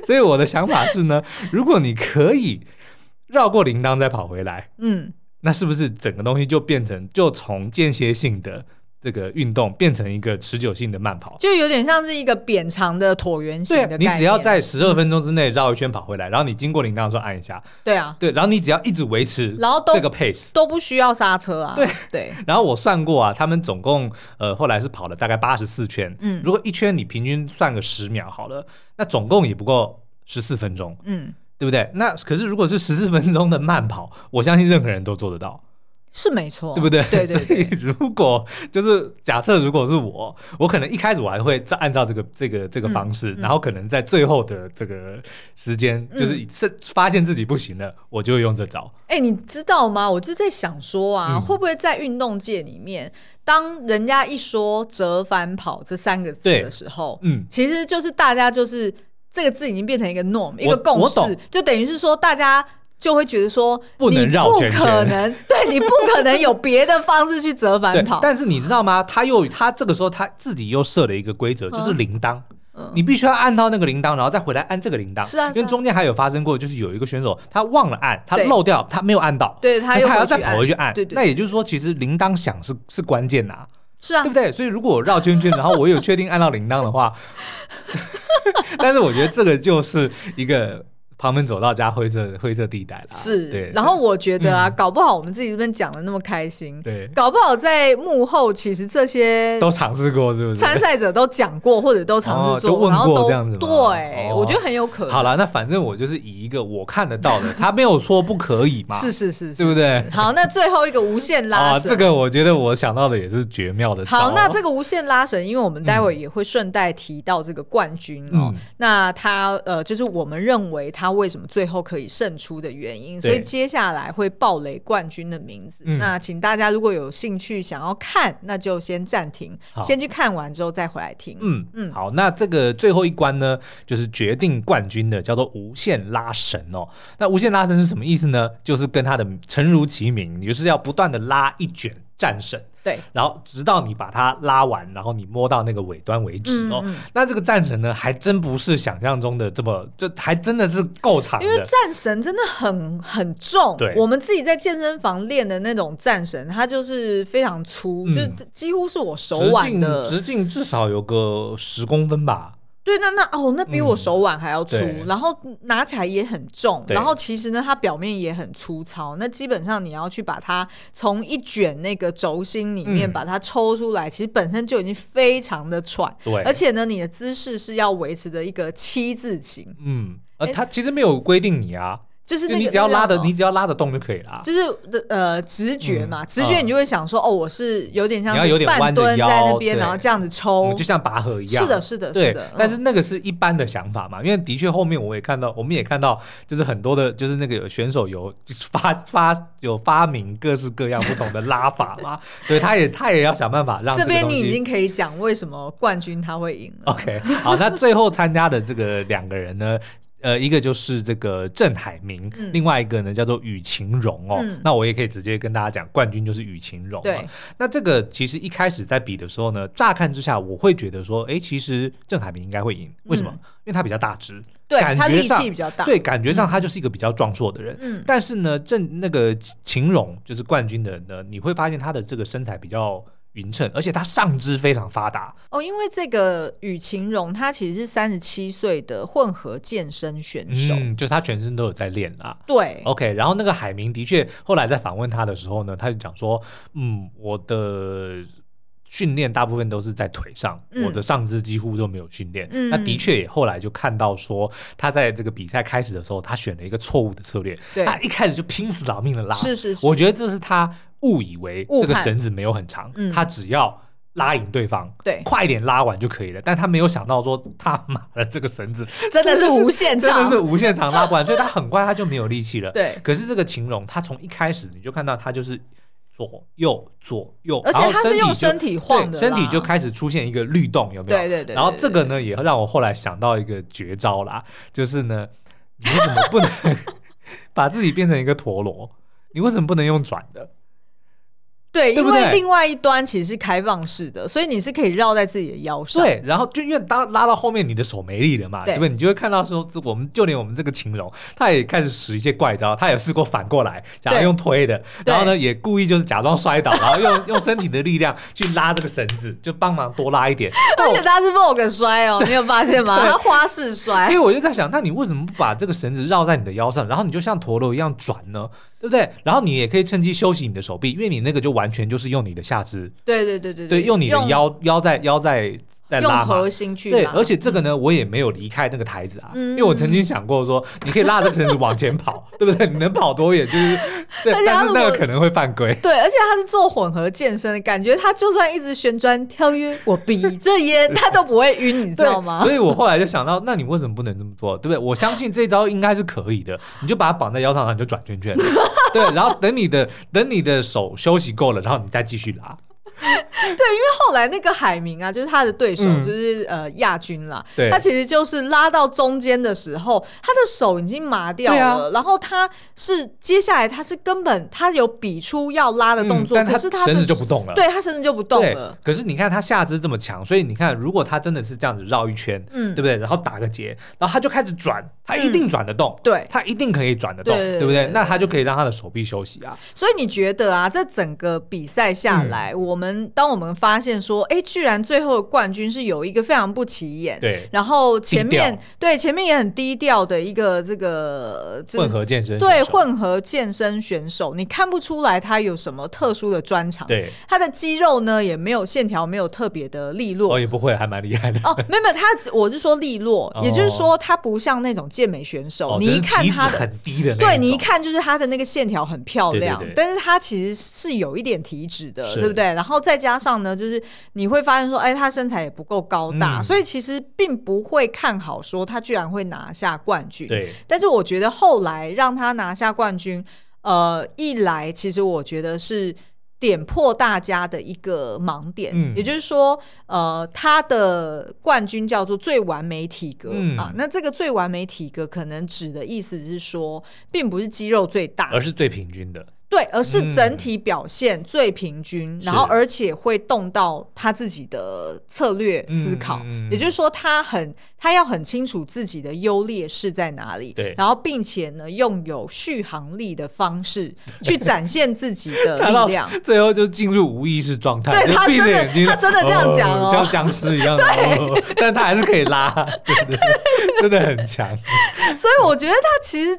[SPEAKER 1] 所以我的想法是呢，如果你可以绕过铃铛再跑回来，
[SPEAKER 2] 嗯，
[SPEAKER 1] 那是不是整个东西就变成就从间歇性的这个运动变成一个持久性的慢跑？
[SPEAKER 2] 就有点像是一个扁长的椭圆形
[SPEAKER 1] 对啊
[SPEAKER 2] 的概，
[SPEAKER 1] 你
[SPEAKER 2] 念。嗯
[SPEAKER 1] 只要在十二分钟之内绕一圈跑回来，然后你经过铃铛的时候按一下，
[SPEAKER 2] 对啊，
[SPEAKER 1] 对，然后你只要一直维持
[SPEAKER 2] 然后都
[SPEAKER 1] 这个 pace，
[SPEAKER 2] 都不需要刹车啊。
[SPEAKER 1] 对
[SPEAKER 2] 对，
[SPEAKER 1] 然后我算过啊，他们总共呃后来是跑了大概八十四圈，
[SPEAKER 2] 嗯
[SPEAKER 1] 如果一圈你平均算个十秒好了，那总共也不过十四分钟，
[SPEAKER 2] 嗯，
[SPEAKER 1] 对不对？那可是如果是十四分钟的慢跑，我相信任何人都做得到，
[SPEAKER 2] 是没错，
[SPEAKER 1] 对不对？
[SPEAKER 2] 哦对对
[SPEAKER 1] 所以
[SPEAKER 2] 对，
[SPEAKER 1] 如果就是假设如果是我，我可能一开始我还会照按照这个这个这个
[SPEAKER 2] 嗯
[SPEAKER 1] 方式，然后可能在最后的这个时间，
[SPEAKER 2] 嗯
[SPEAKER 1] 就是是发现自己不行了，我就会用这招。
[SPEAKER 2] 哎、你知道吗？我就在想说啊，
[SPEAKER 1] 嗯
[SPEAKER 2] 会不会在运动界里面，当人家一说“折返跑”这三个字
[SPEAKER 1] 对
[SPEAKER 2] 的时候，
[SPEAKER 1] 嗯，
[SPEAKER 2] 其实就是大家就是这个字已经变成一个 norm，一个共
[SPEAKER 1] 我
[SPEAKER 2] 识
[SPEAKER 1] 懂，
[SPEAKER 2] 就等于是说大家。就会觉得说，
[SPEAKER 1] 不能绕圈
[SPEAKER 2] 你
[SPEAKER 1] 圈
[SPEAKER 2] 不可
[SPEAKER 1] [laughs]
[SPEAKER 2] 能，对你不可能有别的方式去折返
[SPEAKER 1] 对，
[SPEAKER 2] 跑。
[SPEAKER 1] 但是你知道吗？他又他这个时候他自己又设了一个规则，就是铃铛。
[SPEAKER 2] 嗯
[SPEAKER 1] 你必须要按到那个铃铛，然后再回来按这个铃铛。
[SPEAKER 2] 是啊
[SPEAKER 1] 因
[SPEAKER 2] 是啊
[SPEAKER 1] 为中间还有发生过，就是有一个选手他忘了按，他
[SPEAKER 2] 对
[SPEAKER 1] 漏掉，他没有按到，
[SPEAKER 2] 对他
[SPEAKER 1] 他
[SPEAKER 2] 又
[SPEAKER 1] 还要
[SPEAKER 2] 回去
[SPEAKER 1] 再跑回去按。
[SPEAKER 2] 对对
[SPEAKER 1] 那也就是说，其实铃铛响是是关键呐、
[SPEAKER 2] 是啊
[SPEAKER 1] 对不，对？所以如果我绕圈圈，然后我有确定按到铃铛的话， [laughs] 但是我觉得这个就是一个旁门左道加灰色灰色地带啦。
[SPEAKER 2] [laughs] 是
[SPEAKER 1] 对。。嗯
[SPEAKER 2] 然后我觉得啊，搞不好我们自己这边讲的那么开心，
[SPEAKER 1] 对，
[SPEAKER 2] 搞不好在幕后其实这些
[SPEAKER 1] 都尝试过是不是？
[SPEAKER 2] 参赛者都讲过或者都尝试
[SPEAKER 1] 哦就
[SPEAKER 2] 做过，
[SPEAKER 1] 问
[SPEAKER 2] 然后
[SPEAKER 1] 过
[SPEAKER 2] 都
[SPEAKER 1] 这样子吗
[SPEAKER 2] 对，
[SPEAKER 1] 哦
[SPEAKER 2] 我觉得很有可能。
[SPEAKER 1] 好，了，那反正我就是以一个我看得到
[SPEAKER 2] [laughs]
[SPEAKER 1] 的，他没有说不可以嘛，
[SPEAKER 2] 是是是
[SPEAKER 1] 对
[SPEAKER 2] 是。
[SPEAKER 1] 不对？
[SPEAKER 2] 好，那最后一个无限拉
[SPEAKER 1] 啊，
[SPEAKER 2] 绳。
[SPEAKER 1] 这个我觉得我想到的也是绝妙的招哦。
[SPEAKER 2] 好，那这个无限拉绳，因为我们待会儿也会顺带提到这个冠军哦。
[SPEAKER 1] 嗯
[SPEAKER 2] 那他呃，就是我们认为他为什么最后可以胜出的原因，所
[SPEAKER 1] 对
[SPEAKER 2] 以接下来会爆雷冠军的名字。
[SPEAKER 1] 嗯
[SPEAKER 2] 那请大家如果有兴趣想要看，那就先暂停，
[SPEAKER 1] 好
[SPEAKER 2] 先去看完之后再回来听。
[SPEAKER 1] 嗯
[SPEAKER 2] 嗯
[SPEAKER 1] 嗯，好，那这个最后一关呢，就是决定冠军的，叫做无限拉绳哦。那无限拉绳是什么意思呢？就是跟它的诚如其名，你就是要不断的拉一卷战绳。
[SPEAKER 2] 对，
[SPEAKER 1] 然后直到你把它拉完，然后你摸到那个尾端为止哦。
[SPEAKER 2] 嗯嗯
[SPEAKER 1] 那这个战神呢，还真不是想象中的这么，这还真的是够长
[SPEAKER 2] 因为
[SPEAKER 1] 的。
[SPEAKER 2] 战神真的很很重
[SPEAKER 1] 对，
[SPEAKER 2] 我们自己在健身房练的那种战神，它就是非常粗，
[SPEAKER 1] 嗯
[SPEAKER 2] 就几乎是我手
[SPEAKER 1] 直
[SPEAKER 2] 腕
[SPEAKER 1] 径
[SPEAKER 2] 的。
[SPEAKER 1] 直径至少有个十公分吧，
[SPEAKER 2] 对，那那哦，那比我手腕还要
[SPEAKER 1] 嗯
[SPEAKER 2] 粗，
[SPEAKER 1] 对
[SPEAKER 2] 然后拿起来也很重，
[SPEAKER 1] 对
[SPEAKER 2] 然后其实呢，它表面也很粗糙。那基本上你要去把它从一卷那个轴心里面
[SPEAKER 1] 嗯
[SPEAKER 2] 把它抽出来，其实本身就已经非常的喘，
[SPEAKER 1] 对，
[SPEAKER 2] 而且呢，你的姿势是要维持的一个七字形，
[SPEAKER 1] 嗯，呃，
[SPEAKER 2] 哎
[SPEAKER 1] 它其实没有规定你啊，
[SPEAKER 2] 就是
[SPEAKER 1] 就
[SPEAKER 2] 那个
[SPEAKER 1] 你只要
[SPEAKER 2] 那个
[SPEAKER 1] 拉的，
[SPEAKER 2] 叫什么
[SPEAKER 1] 你只要拉得动就可以啦。
[SPEAKER 2] 就是呃直觉嘛，
[SPEAKER 1] 嗯
[SPEAKER 2] 直觉
[SPEAKER 1] 嗯
[SPEAKER 2] 你就会想说，哦，我是有点像
[SPEAKER 1] 你要有
[SPEAKER 2] 是
[SPEAKER 1] 点
[SPEAKER 2] 半
[SPEAKER 1] 弯着
[SPEAKER 2] 蹲
[SPEAKER 1] 腰
[SPEAKER 2] 在那边，
[SPEAKER 1] 对
[SPEAKER 2] 然后这样子抽
[SPEAKER 1] 嗯，就像拔河一样，
[SPEAKER 2] 哦是的，是的，
[SPEAKER 1] 对
[SPEAKER 2] 是的，嗯
[SPEAKER 1] 但是那个是一般的想法嘛，因为的确后面我也看到，我们也看到，就是很多的， [laughs] 就是那个有选手有就是发发有发明各式各样不同的拉法嘛，对，他也他也要想办法让
[SPEAKER 2] 这
[SPEAKER 1] 个
[SPEAKER 2] 边
[SPEAKER 1] 东
[SPEAKER 2] 你
[SPEAKER 1] 西哦
[SPEAKER 2] 已经可以讲为什么冠军他会赢了。
[SPEAKER 1] OK，好，那最后参加的这个两个人呢， [laughs] 呃，一个就是这个郑海明，
[SPEAKER 2] 嗯
[SPEAKER 1] 另外一个呢叫做雨晴荣哦。
[SPEAKER 2] 嗯
[SPEAKER 1] 那我也可以直接跟大家讲，冠军就是雨晴荣、哦
[SPEAKER 2] 对，
[SPEAKER 1] 那这个其实一开始在比的时候呢，乍看之下我会觉得说，哎，其实郑海明应该会赢，为什么？
[SPEAKER 2] 嗯
[SPEAKER 1] 因为他比较大只，
[SPEAKER 2] 对
[SPEAKER 1] 感
[SPEAKER 2] 他
[SPEAKER 1] 觉
[SPEAKER 2] 力
[SPEAKER 1] 上
[SPEAKER 2] 气比较大，
[SPEAKER 1] 对，感觉上他就是一个比较壮硕的人。
[SPEAKER 2] 嗯
[SPEAKER 1] 但是呢，郑那个秦荣就是冠军的人呢，你会发现他的这个身材比较匀称，而且他上肢非常发达。
[SPEAKER 2] 哦，因为这个雨晴荣她其实是三十七岁的混合健身选手，
[SPEAKER 1] 嗯，哦就是他全身都有在练啦。
[SPEAKER 2] 对，
[SPEAKER 1] OK，然后那个海明的确后来在访问他的时候呢，他就讲说，嗯，我的训练大部分都是在腿上，
[SPEAKER 2] 嗯
[SPEAKER 1] 我的上肢几乎都没有训练。
[SPEAKER 2] 嗯
[SPEAKER 1] 那的确也后来就看到说，他在这个比赛开始的时候，他选了一个错误的策略，
[SPEAKER 2] 对
[SPEAKER 1] 他一开始就拼死老命的拉，
[SPEAKER 2] 是是是，
[SPEAKER 1] 我觉得这是他误以为
[SPEAKER 2] 误
[SPEAKER 1] 这个
[SPEAKER 2] 判
[SPEAKER 1] 绳子没有很长，
[SPEAKER 2] 嗯
[SPEAKER 1] 他只要。拉赢对方，
[SPEAKER 2] 对
[SPEAKER 1] 快点拉完就可以了。但他没有想到说，他 [laughs] 妈的这个绳子
[SPEAKER 2] 真的是无限
[SPEAKER 1] 真的
[SPEAKER 2] 长，
[SPEAKER 1] 是无限长拉不完，所以他很快他就没有力气了。
[SPEAKER 2] 对，
[SPEAKER 1] 可是这个秦龙，他从一开始你就看到他就是左右左右，
[SPEAKER 2] 而且
[SPEAKER 1] 然后
[SPEAKER 2] 他是用
[SPEAKER 1] 就
[SPEAKER 2] 身体晃的
[SPEAKER 1] 对
[SPEAKER 2] 啦，
[SPEAKER 1] 身体就开始出现一个律动，有没有？
[SPEAKER 2] 对对对，
[SPEAKER 1] 然后这个
[SPEAKER 2] 对，
[SPEAKER 1] 呢，也让我后来想到一个绝招啦，就是呢，你为什么不能 [laughs] 把自己变成一个陀螺？你为什么不能用转的？
[SPEAKER 2] 对，
[SPEAKER 1] 对
[SPEAKER 2] 因
[SPEAKER 1] 不
[SPEAKER 2] 为
[SPEAKER 1] 对
[SPEAKER 2] 另外一端其实是开放式的，所以你是可以绕在自己的腰上，
[SPEAKER 1] 对，然后就因为当拉到后面你的手没力了嘛，
[SPEAKER 2] 对
[SPEAKER 1] 对不对？你就会看到说，这我们就连我们这个秦龙，他也开始使一些怪招，他也试过反过来，想要
[SPEAKER 2] 对
[SPEAKER 1] 用推的，
[SPEAKER 2] 对
[SPEAKER 1] 然后呢也故意就是假装摔倒，然后用 [laughs] 用身体的力量去拉这个绳子，就帮忙多拉一点。
[SPEAKER 2] 而且 [laughs] 他是 Vogue 摔哦，你有发现吗？
[SPEAKER 1] 对
[SPEAKER 2] 他花式
[SPEAKER 1] 所
[SPEAKER 2] 摔
[SPEAKER 1] 以，我就在想，那你为什么不把这个绳子绕在你的腰上，然后你就像陀螺一样转呢？对不对？然后你也可以趁机休息你的手臂，因为你那个就完全就是用你的下肢，
[SPEAKER 2] 对对对对
[SPEAKER 1] 对，用你的腰腰在腰在在
[SPEAKER 2] 用
[SPEAKER 1] 拉嘛
[SPEAKER 2] 核。心去
[SPEAKER 1] 对，
[SPEAKER 2] 拉
[SPEAKER 1] 而且这个呢，我也没有离开那个台子啊，
[SPEAKER 2] 嗯
[SPEAKER 1] 因为我曾经想过说，你可以拉着绳子往前跑， [laughs] 对不对？你能跑多远就是，对
[SPEAKER 2] 而且，他
[SPEAKER 1] 但
[SPEAKER 2] 如
[SPEAKER 1] 是
[SPEAKER 2] 果
[SPEAKER 1] 那个可能会犯规。
[SPEAKER 2] 对，而且他是做混合健身的，感觉他就算一直旋转跳跃，我闭着眼，他都不会晕，你知
[SPEAKER 1] 对
[SPEAKER 2] 道，吗？
[SPEAKER 1] 所以我后来就想到，那你为什么不能这么做？对不对？我相信这一招应该是可以的，你就把它绑在腰上，然后你就转圈
[SPEAKER 2] [laughs]
[SPEAKER 1] 圈，对，然后等你的等你的手休息够了，然后你再继续拉。
[SPEAKER 2] 后来那个海明啊，就是他的对手，
[SPEAKER 1] 嗯
[SPEAKER 2] 就是呃亚军啦。
[SPEAKER 1] 对
[SPEAKER 2] 他其实就是拉到中间的时候，他的手已经麻掉
[SPEAKER 1] 对啊
[SPEAKER 2] 了，然后他是接下来他是根本他有比出要拉的动作，
[SPEAKER 1] 嗯但
[SPEAKER 2] 可是他的
[SPEAKER 1] 绳子就不动了。
[SPEAKER 2] 对他绳子就不动
[SPEAKER 1] 对
[SPEAKER 2] 了。，
[SPEAKER 1] 可是你看他下肢这么强，所以你看，如果他真的是这样子绕一圈，
[SPEAKER 2] 嗯
[SPEAKER 1] 对不对？然后打个结，然后他就开始转，他一定转得动，
[SPEAKER 2] 对
[SPEAKER 1] 他一定可以转得动，
[SPEAKER 2] 嗯对对对
[SPEAKER 1] 对不
[SPEAKER 2] 对
[SPEAKER 1] 对？
[SPEAKER 2] 对
[SPEAKER 1] 那他就可以让他的手臂休息啊。
[SPEAKER 2] 所以你觉得啊，这整个比赛下来，
[SPEAKER 1] 嗯
[SPEAKER 2] 我们当我们发现说，哎，居然最后的冠军是有一个非常不起眼，
[SPEAKER 1] 对
[SPEAKER 2] 然后前面
[SPEAKER 1] 低调
[SPEAKER 2] 对前面也很低调的一个这个这
[SPEAKER 1] 混合健身选手，
[SPEAKER 2] 对混合健身选手，你看不出来他有什么特殊的专长，
[SPEAKER 1] 对，
[SPEAKER 2] 他的肌肉呢也没有线条，没有特别的利落
[SPEAKER 1] 我。也不会，还蛮厉害的。
[SPEAKER 2] 哦，没有没有，他我是说利落，
[SPEAKER 1] 哦
[SPEAKER 2] 也就是说他不像那种健美选手，
[SPEAKER 1] 哦
[SPEAKER 2] 你
[SPEAKER 1] 就是
[SPEAKER 2] 一看
[SPEAKER 1] 体脂
[SPEAKER 2] 他的
[SPEAKER 1] 很低的那
[SPEAKER 2] 对
[SPEAKER 1] 种
[SPEAKER 2] 你一看就是它的那个线条很漂亮，
[SPEAKER 1] 对对对
[SPEAKER 2] 但是它其实是有一点体脂的，
[SPEAKER 1] 是
[SPEAKER 2] 对不对？然后再加上呢，就是你会发现说，哎，他身材也不够高大，
[SPEAKER 1] 嗯
[SPEAKER 2] 所以其实并不会看好说他居然会拿下冠军。
[SPEAKER 1] 对，
[SPEAKER 2] 但是我觉得后来让他拿下冠军，呃，一来其实我觉得是点破大家的一个盲点，
[SPEAKER 1] 嗯
[SPEAKER 2] 也就是说，呃，他的冠军叫做最完美体格、
[SPEAKER 1] 嗯
[SPEAKER 2] 啊。那这个最完美体格可能指的意思是说，并不是肌肉最大
[SPEAKER 1] 而，是最平均的。
[SPEAKER 2] 对，而是整
[SPEAKER 1] 嗯
[SPEAKER 2] 体表现最平均，然后
[SPEAKER 1] 是
[SPEAKER 2] 而且会动到他自己的策略思考，
[SPEAKER 1] 嗯嗯嗯
[SPEAKER 2] 也就是说，他很他要很清楚自己的优劣势在哪里，
[SPEAKER 1] 对
[SPEAKER 2] 然后并且呢，用有续航力的方式去展现自己
[SPEAKER 1] [laughs]
[SPEAKER 2] 的
[SPEAKER 1] 看
[SPEAKER 2] 力
[SPEAKER 1] 到
[SPEAKER 2] 量。
[SPEAKER 1] 最后就进入无意识状态，
[SPEAKER 2] 对
[SPEAKER 1] 就
[SPEAKER 2] 他
[SPEAKER 1] 闭着
[SPEAKER 2] 真的
[SPEAKER 1] 眼睛，
[SPEAKER 2] 他真的这样讲哦
[SPEAKER 1] 像僵尸一样，哦但他还是可以
[SPEAKER 2] [laughs]
[SPEAKER 1] 拉，对对对，真的很强，
[SPEAKER 2] 所以我觉得他其实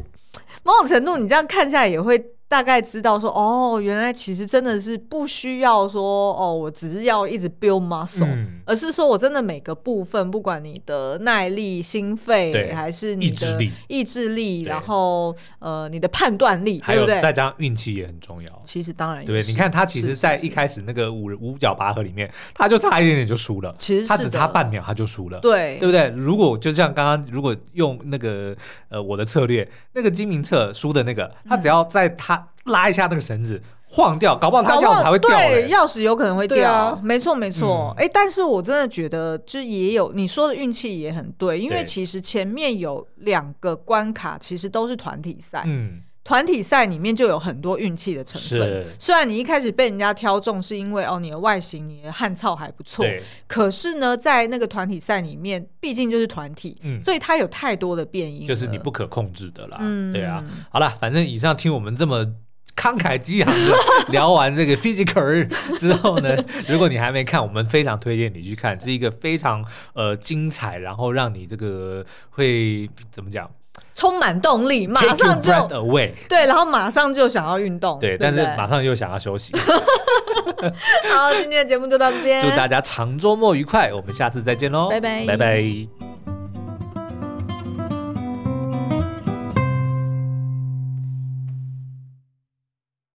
[SPEAKER 2] 某种程度，你这样看下来也会大概知道说，哦，原来其实真的是不需要说，哦，我只是要一直 build muscle，、
[SPEAKER 1] 嗯
[SPEAKER 2] 而是说我真的每个部分，不管你的耐力、心肺，
[SPEAKER 1] 对
[SPEAKER 2] 还是你的
[SPEAKER 1] 意志力、
[SPEAKER 2] 意志力，
[SPEAKER 1] 对
[SPEAKER 2] 然后呃，你的判断力，
[SPEAKER 1] 还
[SPEAKER 2] 对
[SPEAKER 1] 有
[SPEAKER 2] 不对？
[SPEAKER 1] 再加上运气也很重要。
[SPEAKER 2] 其实当然
[SPEAKER 1] 对不对？
[SPEAKER 2] 也哎是
[SPEAKER 1] 你看他其
[SPEAKER 2] 是
[SPEAKER 1] 实，在
[SPEAKER 2] 是
[SPEAKER 1] 一开始那个五五角拔河里面，他就差一点点就输了，
[SPEAKER 2] 其实
[SPEAKER 1] 他
[SPEAKER 2] 是
[SPEAKER 1] 只
[SPEAKER 2] 的
[SPEAKER 1] 差半秒他就输了，
[SPEAKER 2] 对
[SPEAKER 1] 对不对？如果就像刚刚，如果用那个呃我的策略，那个金明澈输的那个，
[SPEAKER 2] 嗯
[SPEAKER 1] 他只要在他拉一下那个绳子晃掉，搞不好他
[SPEAKER 2] 搞不
[SPEAKER 1] 钥
[SPEAKER 2] 好
[SPEAKER 1] 匙还会掉欸嘞
[SPEAKER 2] 对，钥匙有可能会
[SPEAKER 1] 对
[SPEAKER 2] 掉，
[SPEAKER 1] 啊
[SPEAKER 2] 没错没错。哎、但是我真的觉得，就是也有你说的运气也很对，因为
[SPEAKER 1] 对
[SPEAKER 2] 其实前面有两个关卡，其实都是团体赛，
[SPEAKER 1] 嗯，
[SPEAKER 2] 团、体赛里面就有很多运气的成分
[SPEAKER 1] 是。
[SPEAKER 2] 虽然你一开始被人家挑中是因为哦你的外形、你的汗操还不错，
[SPEAKER 1] 对，
[SPEAKER 2] 可是呢，在那个团体赛里面，毕竟就是团体，
[SPEAKER 1] 嗯
[SPEAKER 2] 所以它有太多的变因了，
[SPEAKER 1] 就是你不可控制的啦，
[SPEAKER 2] 嗯
[SPEAKER 1] 对啊。好啦，反正以上听我们这么。慷慨激昂的聊完这个 [laughs] physical 之后
[SPEAKER 2] [laughs]
[SPEAKER 1] 呢，如果你还没看，我们非常推荐你去看，是一个非常呃精彩，然后让你这个会怎么讲，
[SPEAKER 2] 充满动力，马
[SPEAKER 1] take your
[SPEAKER 2] 上就
[SPEAKER 1] breath away，
[SPEAKER 2] 对，然后马上就想要运动，
[SPEAKER 1] 对，
[SPEAKER 2] 不
[SPEAKER 1] 但是马上又想要休
[SPEAKER 2] [laughs]
[SPEAKER 1] 息。
[SPEAKER 2] 好，今天的节目就到这边，
[SPEAKER 1] 祝大家长周末愉快，我们下次再见喽，
[SPEAKER 2] 拜拜
[SPEAKER 1] 拜拜。